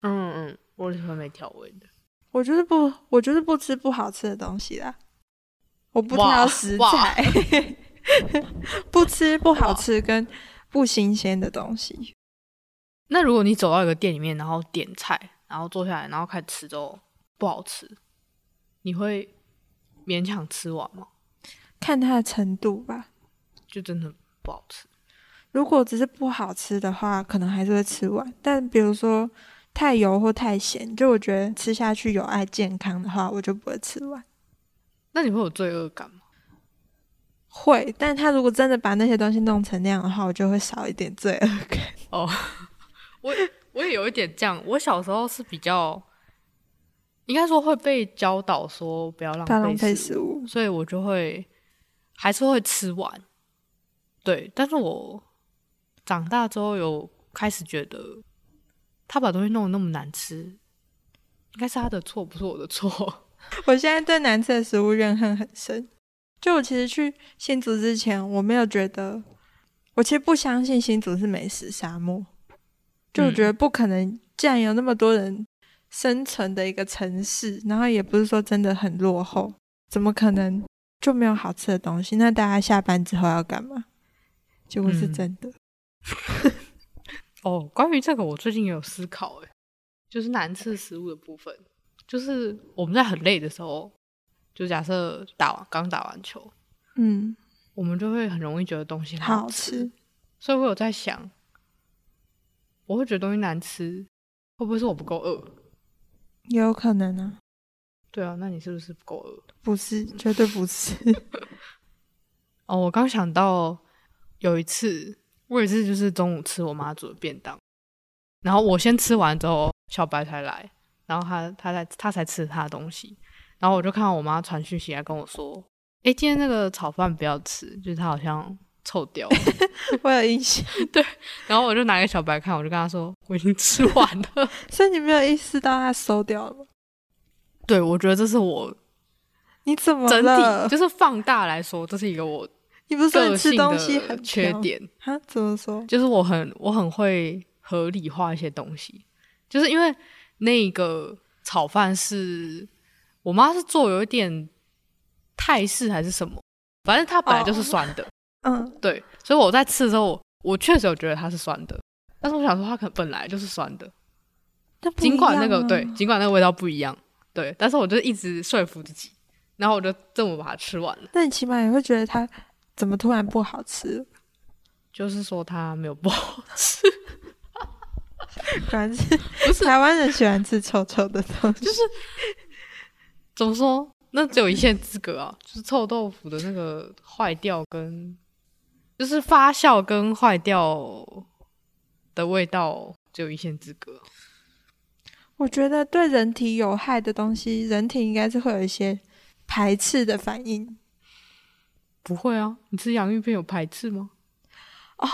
[SPEAKER 1] 嗯嗯，我喜欢没调味的。
[SPEAKER 2] 我就是不，我就是不吃不好吃的东西啦。我不
[SPEAKER 1] 哇
[SPEAKER 2] 挑食
[SPEAKER 1] 哇
[SPEAKER 2] 材， 不吃不好吃跟不新鲜的东西。
[SPEAKER 1] 那如果你走到一个店里面，然后点菜，然后坐下来，然后开始吃都不好吃，你会勉强吃完吗？
[SPEAKER 2] 看它的程度吧，
[SPEAKER 1] 就真的不好吃。
[SPEAKER 2] 如果只是不好吃的话，可能还是会吃完。但比如说太油或太咸，就我觉得吃下去有碍健康的话，我就不会吃完。
[SPEAKER 1] 那你会有罪恶感吗？
[SPEAKER 2] 会，但他如果真的把那些东西弄成那样的话，我就会少一点罪恶感。
[SPEAKER 1] 我也有一点这样。我小时候是比较，应该说会被教导说不要 浪
[SPEAKER 2] 不要浪费
[SPEAKER 1] 食
[SPEAKER 2] 食物
[SPEAKER 1] 物，，所以我就会还是会吃完。对，但是我长大之后有开始觉得，他把东西弄得那么难吃，应该是他的错，不是我的错。
[SPEAKER 2] 我现在对难吃的食物怨恨很深。就我其实去新竹之前，我没有觉得，我其实不相信新竹是美食沙漠。就我
[SPEAKER 1] 嗯
[SPEAKER 2] 觉得不可能，既然有那么多人生存的一个城市，然后也不是说真的很落后，怎么可能就没有好吃的东西？那大家下班之后要干嘛？结果是
[SPEAKER 1] 嗯
[SPEAKER 2] 真的，
[SPEAKER 1] 哦，关于这个，我最近也有思考，诶，就是难吃食物的部分，就是我们在很累的时候，就假设打完刚打完球，
[SPEAKER 2] 嗯，
[SPEAKER 1] 我们就会很容易觉得东西很
[SPEAKER 2] 好
[SPEAKER 1] 吃。
[SPEAKER 2] 吃。
[SPEAKER 1] 所以我有在想，我会觉得东西难吃，会不会是我不够饿？
[SPEAKER 2] 也有可能啊，
[SPEAKER 1] 对啊，那你是不是不够饿？
[SPEAKER 2] 不是，绝对不 是。
[SPEAKER 1] 哦，我刚想到有一次，我有一次就是中午吃我妈煮的便当，然后我先吃完之后，小白才来，然后他他才他才吃他的东西，然后我就看到我妈传讯息来跟我说，诶，今天那个炒饭不要吃，就是他好像臭掉了。
[SPEAKER 2] 我有印象，
[SPEAKER 1] 然后我就拿给小白看，我就跟他说我已经吃完了。
[SPEAKER 2] 所以你没有意识到它馊掉了吗？
[SPEAKER 1] 对，我觉得这是我
[SPEAKER 2] 你怎么
[SPEAKER 1] 整
[SPEAKER 2] 了？
[SPEAKER 1] 体就是放大来说，这是一个我
[SPEAKER 2] 你不是说你
[SPEAKER 1] 个
[SPEAKER 2] 吃
[SPEAKER 1] 性
[SPEAKER 2] 东西很
[SPEAKER 1] 的缺
[SPEAKER 2] 挑
[SPEAKER 1] 点，
[SPEAKER 2] 啊？怎么说？
[SPEAKER 1] 就是我很我很会合理化一些东西，就是因为那个炒饭是我妈是做有一点泰式还是什么，反正它本来就是
[SPEAKER 2] 哦
[SPEAKER 1] 酸的，
[SPEAKER 2] 嗯，
[SPEAKER 1] 对，所以我在吃的时候，我我确实有觉得它是酸的，但是我想说它可能本来就是酸的，
[SPEAKER 2] 但不一
[SPEAKER 1] 尽管那个
[SPEAKER 2] 样啊
[SPEAKER 1] 对，尽管那个味道不一样，对，但是我就一直说服自己，然后我就这么把它吃完了。
[SPEAKER 2] 那你起码也会觉得它怎么突然不好 吃？
[SPEAKER 1] 就是说它没有不好吃，
[SPEAKER 2] 果然是
[SPEAKER 1] 不是
[SPEAKER 2] 台湾人喜欢吃臭臭的东西，就是
[SPEAKER 1] 怎么说？那只有一线之隔啊， 就是臭豆腐的那个坏掉跟，就是发酵跟坏掉的味道只有一线之隔。
[SPEAKER 2] 我觉得对人体有害的东西，人体应该是会有一些排斥的反应。
[SPEAKER 1] 不会啊，你吃洋芋片有排斥吗？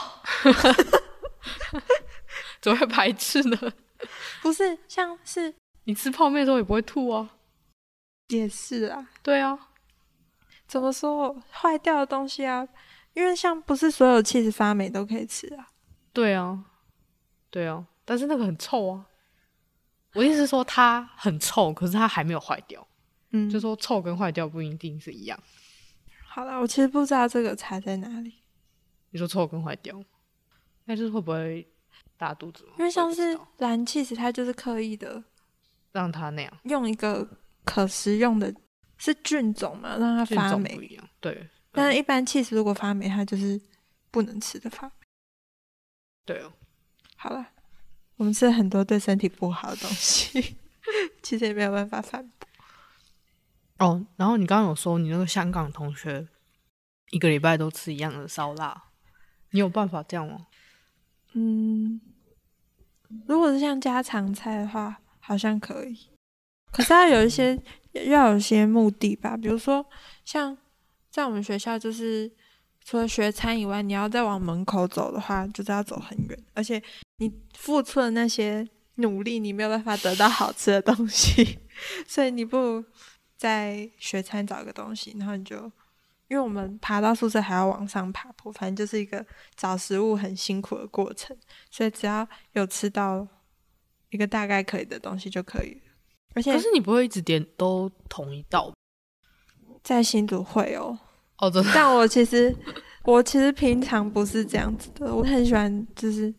[SPEAKER 1] 哦， 怎么会排斥呢？
[SPEAKER 2] 不是，像是
[SPEAKER 1] 你吃泡面的时候也不会吐啊。
[SPEAKER 2] 也是啊，
[SPEAKER 1] 对啊，
[SPEAKER 2] 怎么说坏掉的东西啊？因为像不是所有气质发霉都可以吃啊。
[SPEAKER 1] 对啊，对啊，但是那个很臭啊。我的意思是说它很臭，可是它还没有坏掉。
[SPEAKER 2] 嗯，
[SPEAKER 1] 就说臭跟坏掉不一定是一样。
[SPEAKER 2] 好了，我其实不知道这个差在哪里。
[SPEAKER 1] 你说臭跟坏掉，那就是会不会拉肚子吗？
[SPEAKER 2] 因为像
[SPEAKER 1] 我也
[SPEAKER 2] 是
[SPEAKER 1] 不知道
[SPEAKER 2] 蓝气质，它就是刻意的
[SPEAKER 1] 让它那样，
[SPEAKER 2] 用一个可食用的，是菌种嘛，让它
[SPEAKER 1] 菌
[SPEAKER 2] 发
[SPEAKER 1] 种
[SPEAKER 2] 霉
[SPEAKER 1] 不。一样。对
[SPEAKER 2] 但是一般气质如果发霉，它就是不能吃的发霉。
[SPEAKER 1] 对哦，
[SPEAKER 2] 好了，我们吃了很多对身体不好的东西， 其实也没有办法反驳。
[SPEAKER 1] 哦。然后你刚刚有说你那个香港同学一个礼拜都吃一样的烧腊，你有办法这样吗？
[SPEAKER 2] 嗯，如果是像家常菜的话，好像可以，可是要有一些要有一些目的吧，比如说像在我们学校就是。除了学餐以外，你要再往门口走的话，就是要走很远，而且你付出的那些努力，你没有办法得到好吃的东 西，所以你不如在学餐找个东西，然后你就，因因为我们爬到宿舍还要往上爬坡，反正就是一个找食物很辛苦的过程，所以只要有吃到一个大概可以的东西就可以了。而且
[SPEAKER 1] 可是你不会一直点都同一道吧
[SPEAKER 2] 在新竹会哦，
[SPEAKER 1] 哦，真的
[SPEAKER 2] 但我其实我其实平常不是这样子的，我很喜欢就是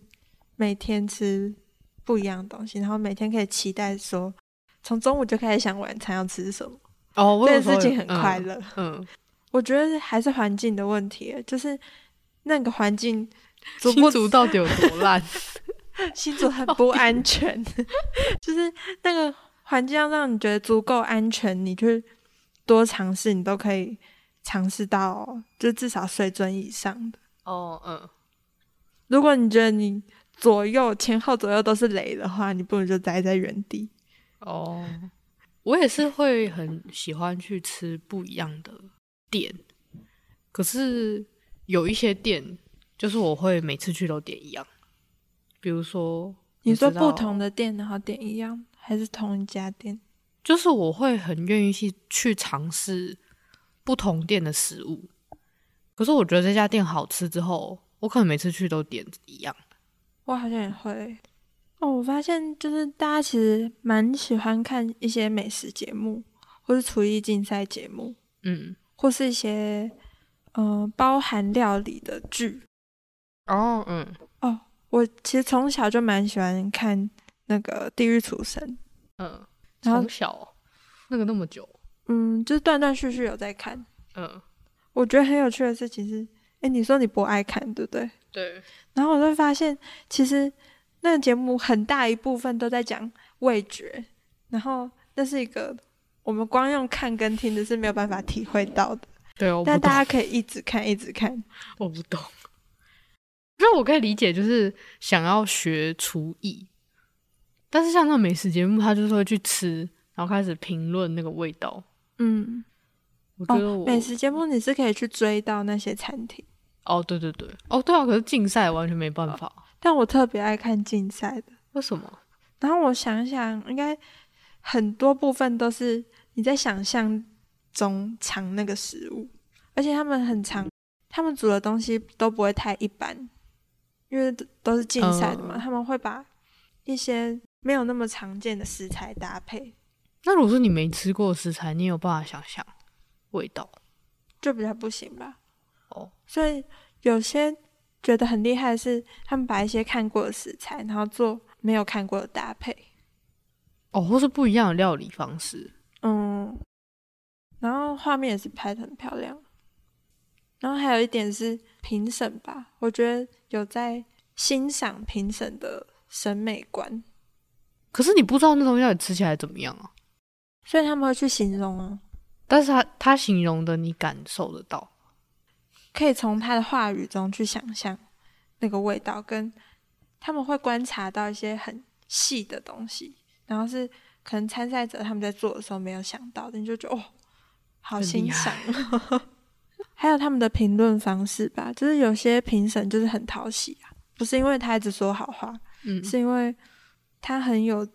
[SPEAKER 2] 每天吃不一样的东西，然后每天可以期待说从中午就开始想晚餐要吃什么，
[SPEAKER 1] 哦，我
[SPEAKER 2] 这
[SPEAKER 1] 有
[SPEAKER 2] 件
[SPEAKER 1] 时候
[SPEAKER 2] 事情
[SPEAKER 1] 也
[SPEAKER 2] 很快，乐。
[SPEAKER 1] 嗯，嗯
[SPEAKER 2] 我觉得还是环境的问题，就是那个环境足
[SPEAKER 1] 新
[SPEAKER 2] 不
[SPEAKER 1] 竹到底有多 烂？
[SPEAKER 2] 新竹很不安全， 就是那个环境要让你觉得足够安全，你去多尝试，你都可以尝试到，就至少水准以上的。
[SPEAKER 1] 哦，嗯，
[SPEAKER 2] 如果你觉得你左右前后左右都是雷的话，你不如就待在原地。
[SPEAKER 1] 哦， 我也是会很喜欢去吃不一样的店，可是有一些店就是我会每次去都点一样，比如说
[SPEAKER 2] 你说
[SPEAKER 1] 我知道
[SPEAKER 2] 不同的店，然后点一样，还是同一家店？
[SPEAKER 1] 就是我会很愿意去去尝试不同店的食物，可是我觉得这家店好吃之后，我可能每次去都点一样。
[SPEAKER 2] 我好像也会。哦，我发现就是大家其实蛮喜欢看一些美食节目，或是厨艺竞赛节目。
[SPEAKER 1] 嗯，
[SPEAKER 2] 或是一些呃包含料理的剧。
[SPEAKER 1] 哦，嗯，
[SPEAKER 2] 哦，我其实从小就蛮喜欢看那个《地狱厨神》，
[SPEAKER 1] 嗯，
[SPEAKER 2] 然后
[SPEAKER 1] 从小那个那么久，
[SPEAKER 2] 嗯，就是断断续续有在看。
[SPEAKER 1] 嗯，
[SPEAKER 2] 我觉得很有趣的事情是，哎，你说你不爱看，对不对？
[SPEAKER 1] 对，
[SPEAKER 2] 然后我就发现，其实那个节目很大一部分都在讲味觉，然后那是一个我们光用看跟听的是没有办法体会到的，
[SPEAKER 1] 对，我不
[SPEAKER 2] 但
[SPEAKER 1] 懂
[SPEAKER 2] 大，家可以一直看，一直看。
[SPEAKER 1] 我不懂。 因为我可以理解，就是想要学厨艺，但是像那种美食节目，他就是会去吃，然后开始评论那个味道。
[SPEAKER 2] 嗯，
[SPEAKER 1] 我觉得
[SPEAKER 2] 哦
[SPEAKER 1] 我，
[SPEAKER 2] 美食节目你是可以去追到那些餐厅。
[SPEAKER 1] 哦，对对对，哦对啊，可是竞赛完全没办法，
[SPEAKER 2] 但我特别爱看竞赛的。
[SPEAKER 1] 为什么？
[SPEAKER 2] 然后我想想，应该很多部分都是你在想象中尝那个食物，而且他们很常，他们煮的东西都不会太一般，因为都都是竞赛的嘛，
[SPEAKER 1] 嗯
[SPEAKER 2] 他们会把一些没有那么常见的食材搭配，
[SPEAKER 1] 那如果说你没吃过食材，你有办法想象味道
[SPEAKER 2] 就比较不行吧。
[SPEAKER 1] 哦？
[SPEAKER 2] 所以有些觉得很厉害的是，他们把一些看过的食材，然后做没有看过的搭配。
[SPEAKER 1] 哦，或是不一样的料理方式。
[SPEAKER 2] 嗯，然后画面也是拍的很漂亮。然后还有一点是评审吧，我觉得有在欣赏评审的审美观，
[SPEAKER 1] 可是你不知道那东西到底吃起来怎么样啊？
[SPEAKER 2] 所以他们会去形容啊，
[SPEAKER 1] 但是他他形容的你感受得到
[SPEAKER 2] 可以从他的话语中去想象那个味道，跟他们会观察到一些很细的东西，然后是可能参赛者他们在做的时候没有想到的，你就觉得哦，好
[SPEAKER 1] 很厉
[SPEAKER 2] 欣
[SPEAKER 1] 害
[SPEAKER 2] 赏。哦 还有他们的评论方式吧，就是有些评审就是很讨喜啊，不是因为他一直说好话，
[SPEAKER 1] 嗯
[SPEAKER 2] 是因为他很有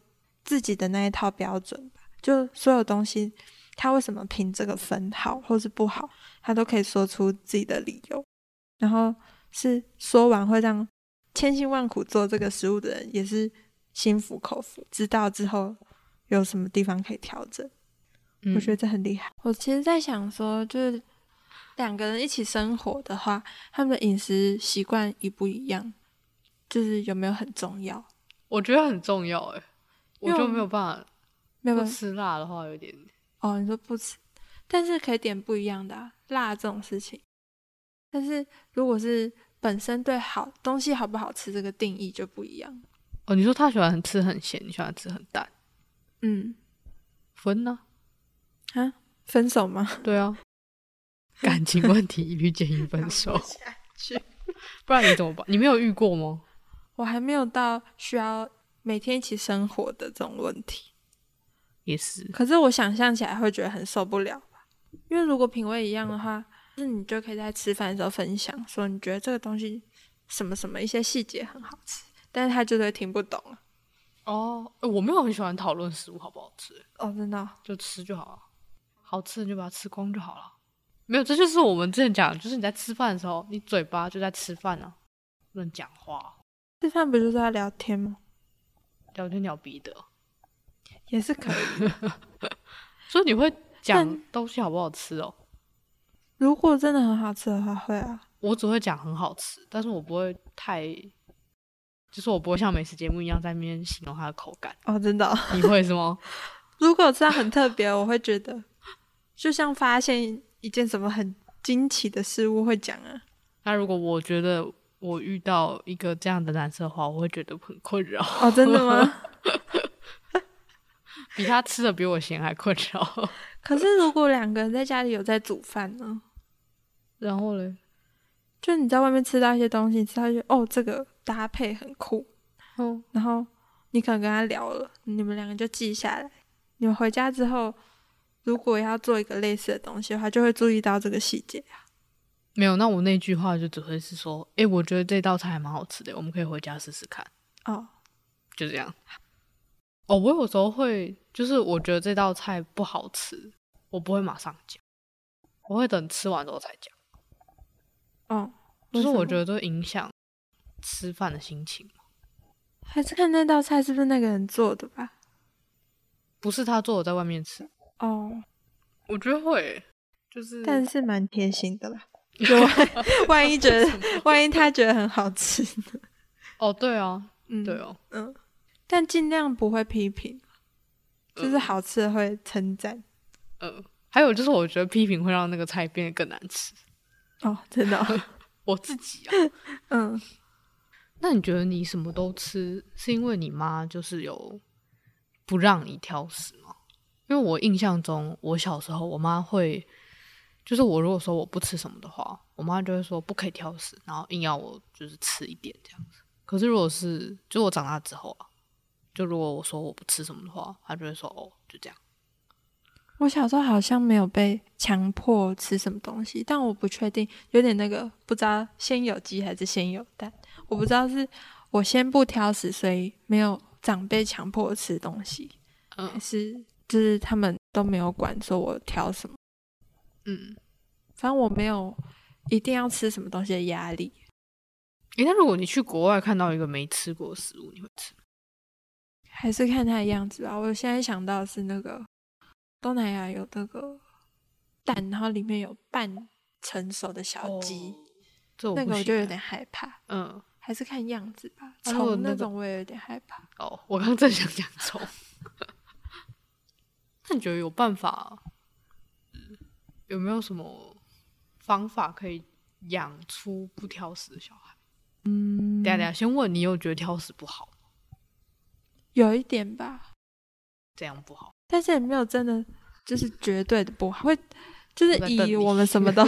[SPEAKER 2] 自己的那一套标准吧，就所有东西，他为什么评这个分好或是不好，他都可以说出自己的理由，然后是说完会让千辛万苦做这个食物的人也是心服口服，知道之后有什么地方可以调整，
[SPEAKER 1] 嗯，
[SPEAKER 2] 我觉得这很厉害。我其实，在想说，就是两个人一起生活的话，他们的饮食习惯一不一样，就是有没有很重要？
[SPEAKER 1] 我觉得很重要哎、我
[SPEAKER 2] 因为
[SPEAKER 1] 就
[SPEAKER 2] 我
[SPEAKER 1] 没有办法
[SPEAKER 2] 没有
[SPEAKER 1] 不
[SPEAKER 2] 办法
[SPEAKER 1] 吃辣的话有点
[SPEAKER 2] 哦，你说不吃，但是可以点不一样的、啊、辣这种事情。但是如果是本身对好东西好不好吃这个定义就不一样。
[SPEAKER 1] 哦。你说他喜欢吃很咸，你喜欢吃很淡，
[SPEAKER 2] 嗯，
[SPEAKER 1] 分呢、
[SPEAKER 2] 分手吗？
[SPEAKER 1] 对啊，感情问题一律建议分 手，不然你怎么办？你没有遇过吗？
[SPEAKER 2] 我还没有到需要每天一起生活的这种问题。
[SPEAKER 1] 也是，
[SPEAKER 2] 可是我想象起来会觉得很受不了吧？因为如果品味一样的话，那你就可以在吃饭的时候分享，说你觉得这个东西什么什么一些细节很好吃，但是他就是会听不懂啊。
[SPEAKER 1] 哦，欸我没有很喜欢讨论食物好不好吃，啊
[SPEAKER 2] 哦，真的哦、
[SPEAKER 1] 就吃就好了，好吃的就把它吃光就好了。没有，这就是我们之前讲的，就是你在吃饭的时候，你嘴巴就在吃饭啊，不能讲话，
[SPEAKER 2] 吃饭不就是在聊天吗？
[SPEAKER 1] 聊天聊别的，
[SPEAKER 2] 也是可以。
[SPEAKER 1] 所以你会讲
[SPEAKER 2] 但
[SPEAKER 1] 东西好不好吃哦。
[SPEAKER 2] 如果真的很好吃的话，会啊。
[SPEAKER 1] 我只会讲很好吃，但是我不会太，就是我不会像美食节目一样在那边形容它的口感。
[SPEAKER 2] 哦，真的 哦、
[SPEAKER 1] 你会是吗？
[SPEAKER 2] 如果这样很特别，我会觉得，就像发现一件什么很惊奇的事物会讲 啊。
[SPEAKER 1] 那如果我觉得我遇到一个这样的男生的话，我会觉得很困扰，
[SPEAKER 2] 哦，真的吗？
[SPEAKER 1] 比他吃的比我咸还困扰。
[SPEAKER 2] 可是如果两个人在家里有在煮饭呢，
[SPEAKER 1] 然后嘞，
[SPEAKER 2] 就你在外面吃到一些东西，你吃到一些哦，这个搭配很酷，
[SPEAKER 1] 嗯，
[SPEAKER 2] 然后你可能跟他聊了，你们两个就记下来。你们回家之后，如果要做一个类似的东西的话，就会注意到这个细节。
[SPEAKER 1] 没有，那我那句话就只会是说，诶，我觉得这道菜还蛮好吃的，我们可以回家试试看，
[SPEAKER 2] 哦，
[SPEAKER 1] 就这样。哦，我有时候会，就是我觉得这道菜不好吃，我不会马上讲，我会等吃完之后才讲。
[SPEAKER 2] 哦，
[SPEAKER 1] 就是我
[SPEAKER 2] 得
[SPEAKER 1] 觉得影响吃饭的心情，
[SPEAKER 2] 还是看那道菜是不是那个人做的吧。
[SPEAKER 1] 不是他做我在外面吃，
[SPEAKER 2] 哦，
[SPEAKER 1] 我觉得会，就是
[SPEAKER 2] 但是蛮贴心的 啦。就万万一觉得，万一他觉得很好吃呢，
[SPEAKER 1] 哦，对啊，
[SPEAKER 2] 嗯，
[SPEAKER 1] 对，哦，
[SPEAKER 2] 嗯，但尽量不会批评，就是好吃的会称赞。
[SPEAKER 1] 呃，还有就是我觉得批评会让那个菜变得更难吃，
[SPEAKER 2] 哦，真的哦、
[SPEAKER 1] 我自己啊。
[SPEAKER 2] 嗯，
[SPEAKER 1] 那你觉得你什么都吃，是因为你妈就是有不让你挑食吗？因为我印象中，我小时候我妈会，就是我如果说我不吃什么的话，我妈就会说不可以挑食，然后硬要我就是吃一点这样子。可是如果是就我长大之后啊，就如果我说我不吃什么的话，她就会说哦就这样。
[SPEAKER 2] 我小时候好像没有被强迫吃什么东西，但我不确定，有点那个不知道先有鸡还是先有蛋，我不知道是我先不挑食，所以没有长辈强迫我吃东西，还
[SPEAKER 1] 嗯
[SPEAKER 2] 是就是他们都没有管说我挑什么。
[SPEAKER 1] 嗯，
[SPEAKER 2] 反正我没有一定要吃什么东西的压力。
[SPEAKER 1] 诶，那如果你去国外看到一个没吃过的食物，你会吃吗？
[SPEAKER 2] 还是看它的样子吧。我现在想到的是那个东南亚有那个蛋，然后里面有半成熟的小鸡，
[SPEAKER 1] 这哦我不
[SPEAKER 2] 哦那个我
[SPEAKER 1] 行
[SPEAKER 2] 就有
[SPEAKER 1] 欸
[SPEAKER 2] 点害怕。
[SPEAKER 1] 嗯
[SPEAKER 2] 还是看样子吧，
[SPEAKER 1] 啊如果
[SPEAKER 2] 虫
[SPEAKER 1] 那
[SPEAKER 2] 那
[SPEAKER 1] 个
[SPEAKER 2] 种我也有点害怕。
[SPEAKER 1] 哦，我刚正想讲虫。 那你觉得有办法，嗯有没有什么方法可以养出不挑食的小孩？
[SPEAKER 2] 嗯
[SPEAKER 1] 等一下等一下，先问你有觉得挑食不好吗，
[SPEAKER 2] 有一点吧，
[SPEAKER 1] 这样不好？
[SPEAKER 2] 但是也没有真的就是绝对的不好，会就是
[SPEAKER 1] 我在瞪
[SPEAKER 2] 以
[SPEAKER 1] 你
[SPEAKER 2] 我们什 么都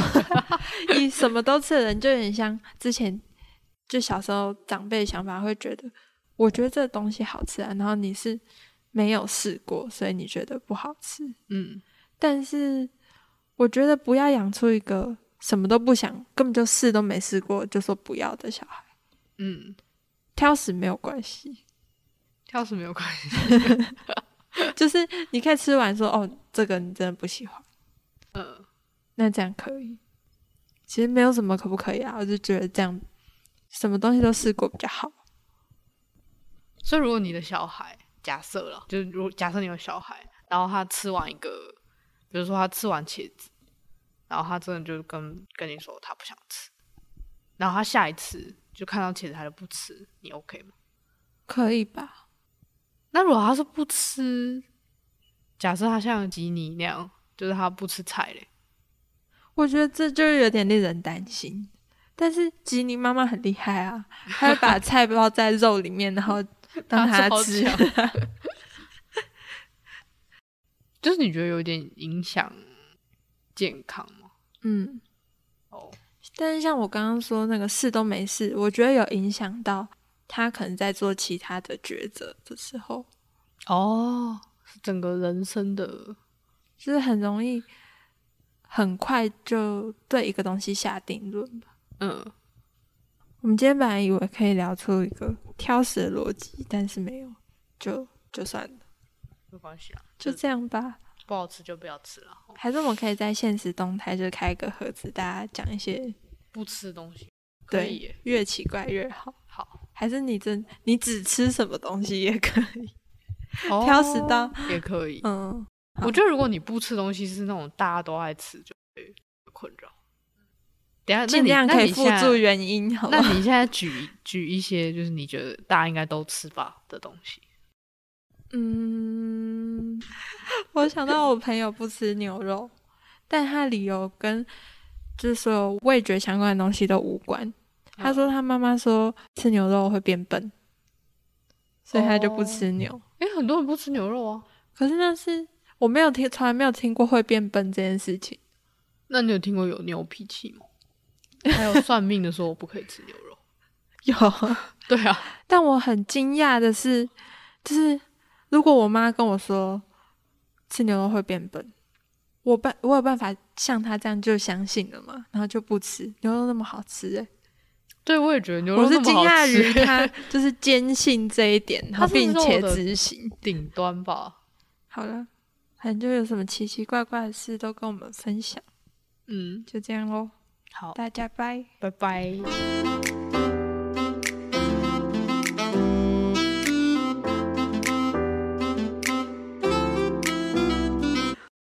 [SPEAKER 2] 以什么都吃的人，就有点像之前就小时候长辈想法会觉得，我觉得这东西好吃啊，然后你是没有试过，所以你觉得不好吃。
[SPEAKER 1] 嗯，
[SPEAKER 2] 但是我觉得不要养出一个什么都不想，根本就试都没试过就说不要的小孩，
[SPEAKER 1] 嗯，
[SPEAKER 2] 挑食没有关系，
[SPEAKER 1] 挑食没有关系。
[SPEAKER 2] 就是你可以吃完说哦，这个你真的不喜欢，
[SPEAKER 1] 嗯，
[SPEAKER 2] 那这样可以。其实没有什么可不可以啊，我就觉得这样什么东西都试过比较好。
[SPEAKER 1] 所以如果你的小孩，假设了，就是如假设你有小孩，然后他吃完一个，比如说他吃完茄子，然后他真的就跟跟你说他不想吃，然后他下一次就看到茄子他就不吃，你 OK 吗？
[SPEAKER 2] 可以吧？
[SPEAKER 1] 那如果他是不吃，假设他像吉尼那样，就是他不吃菜嘞，
[SPEAKER 2] 我觉得这就有点令人担心。但是吉尼妈妈很厉害啊，她会把菜包在肉里面，然后
[SPEAKER 1] 他
[SPEAKER 2] 让她
[SPEAKER 1] 超
[SPEAKER 2] 吃。
[SPEAKER 1] 强 就是你觉得有点影响健康吗？
[SPEAKER 2] 嗯，
[SPEAKER 1] 哦，
[SPEAKER 2] 但是像我刚刚说那个事都没事，我觉得有影响到她可能在做其他的抉择的时候，
[SPEAKER 1] 哦，是整个人生的，
[SPEAKER 2] 就是很容易很快就对一个东西下定论吧。
[SPEAKER 1] 嗯，
[SPEAKER 2] 我们今天本来以为可以聊出一个挑食的逻辑，但是没有，就就算了，
[SPEAKER 1] 没关系啊，
[SPEAKER 2] 就这样吧。
[SPEAKER 1] 不好吃就不要吃了，
[SPEAKER 2] 还是我们可以在现实动态就开一个盒子，大家讲一些
[SPEAKER 1] 不吃的东西可以
[SPEAKER 2] 对
[SPEAKER 1] 耶。
[SPEAKER 2] 越奇怪越好。
[SPEAKER 1] 好，
[SPEAKER 2] 还是你真你只吃什么东西 也可以，
[SPEAKER 1] 哦
[SPEAKER 2] 挑食到
[SPEAKER 1] 也可以。
[SPEAKER 2] 嗯，好
[SPEAKER 1] 我觉得如果你不吃东西是那种大家都爱吃，就会有困扰。等一下，那
[SPEAKER 2] 嗯尽
[SPEAKER 1] 你
[SPEAKER 2] 量
[SPEAKER 1] 那
[SPEAKER 2] 可以
[SPEAKER 1] 你
[SPEAKER 2] 附
[SPEAKER 1] 现在
[SPEAKER 2] 注原因，好不
[SPEAKER 1] 那
[SPEAKER 2] 好？
[SPEAKER 1] 你现在举举一些就是你觉得大家应该都吃吧的东西，
[SPEAKER 2] 嗯，我想到我朋友不吃牛肉，但他理由跟就是所有味觉相关的东西都无关。他说他妈妈说吃牛肉会变笨，所以他就不吃牛。
[SPEAKER 1] 诶，哎很多人不吃牛肉啊，
[SPEAKER 2] 可是那是我没有听，从来没有听过会变笨这件事情。
[SPEAKER 1] 那你有听过有牛脾气 吗？还有算命的说我不可以吃牛肉，
[SPEAKER 2] 有，
[SPEAKER 1] 对啊，
[SPEAKER 2] 但我很惊讶的是，就是如果我妈跟我说吃牛肉会变笨，我办我有办法像她这样就相信了嘛，然后就不吃牛肉那么好吃、欸，
[SPEAKER 1] 对，我也觉得牛肉
[SPEAKER 2] 我是
[SPEAKER 1] 那么
[SPEAKER 2] 惊
[SPEAKER 1] 好
[SPEAKER 2] 讶
[SPEAKER 1] 吃
[SPEAKER 2] 于她就是坚信这一点，然
[SPEAKER 1] 它
[SPEAKER 2] 后
[SPEAKER 1] 是
[SPEAKER 2] 并
[SPEAKER 1] 肉
[SPEAKER 2] 且
[SPEAKER 1] 的
[SPEAKER 2] 执行。
[SPEAKER 1] 顶端吧，
[SPEAKER 2] 好了，反正就有什么奇奇怪怪的事都跟我们分享，
[SPEAKER 1] 嗯，
[SPEAKER 2] 就这样喽，
[SPEAKER 1] 好，
[SPEAKER 2] 大家拜。
[SPEAKER 1] 拜拜。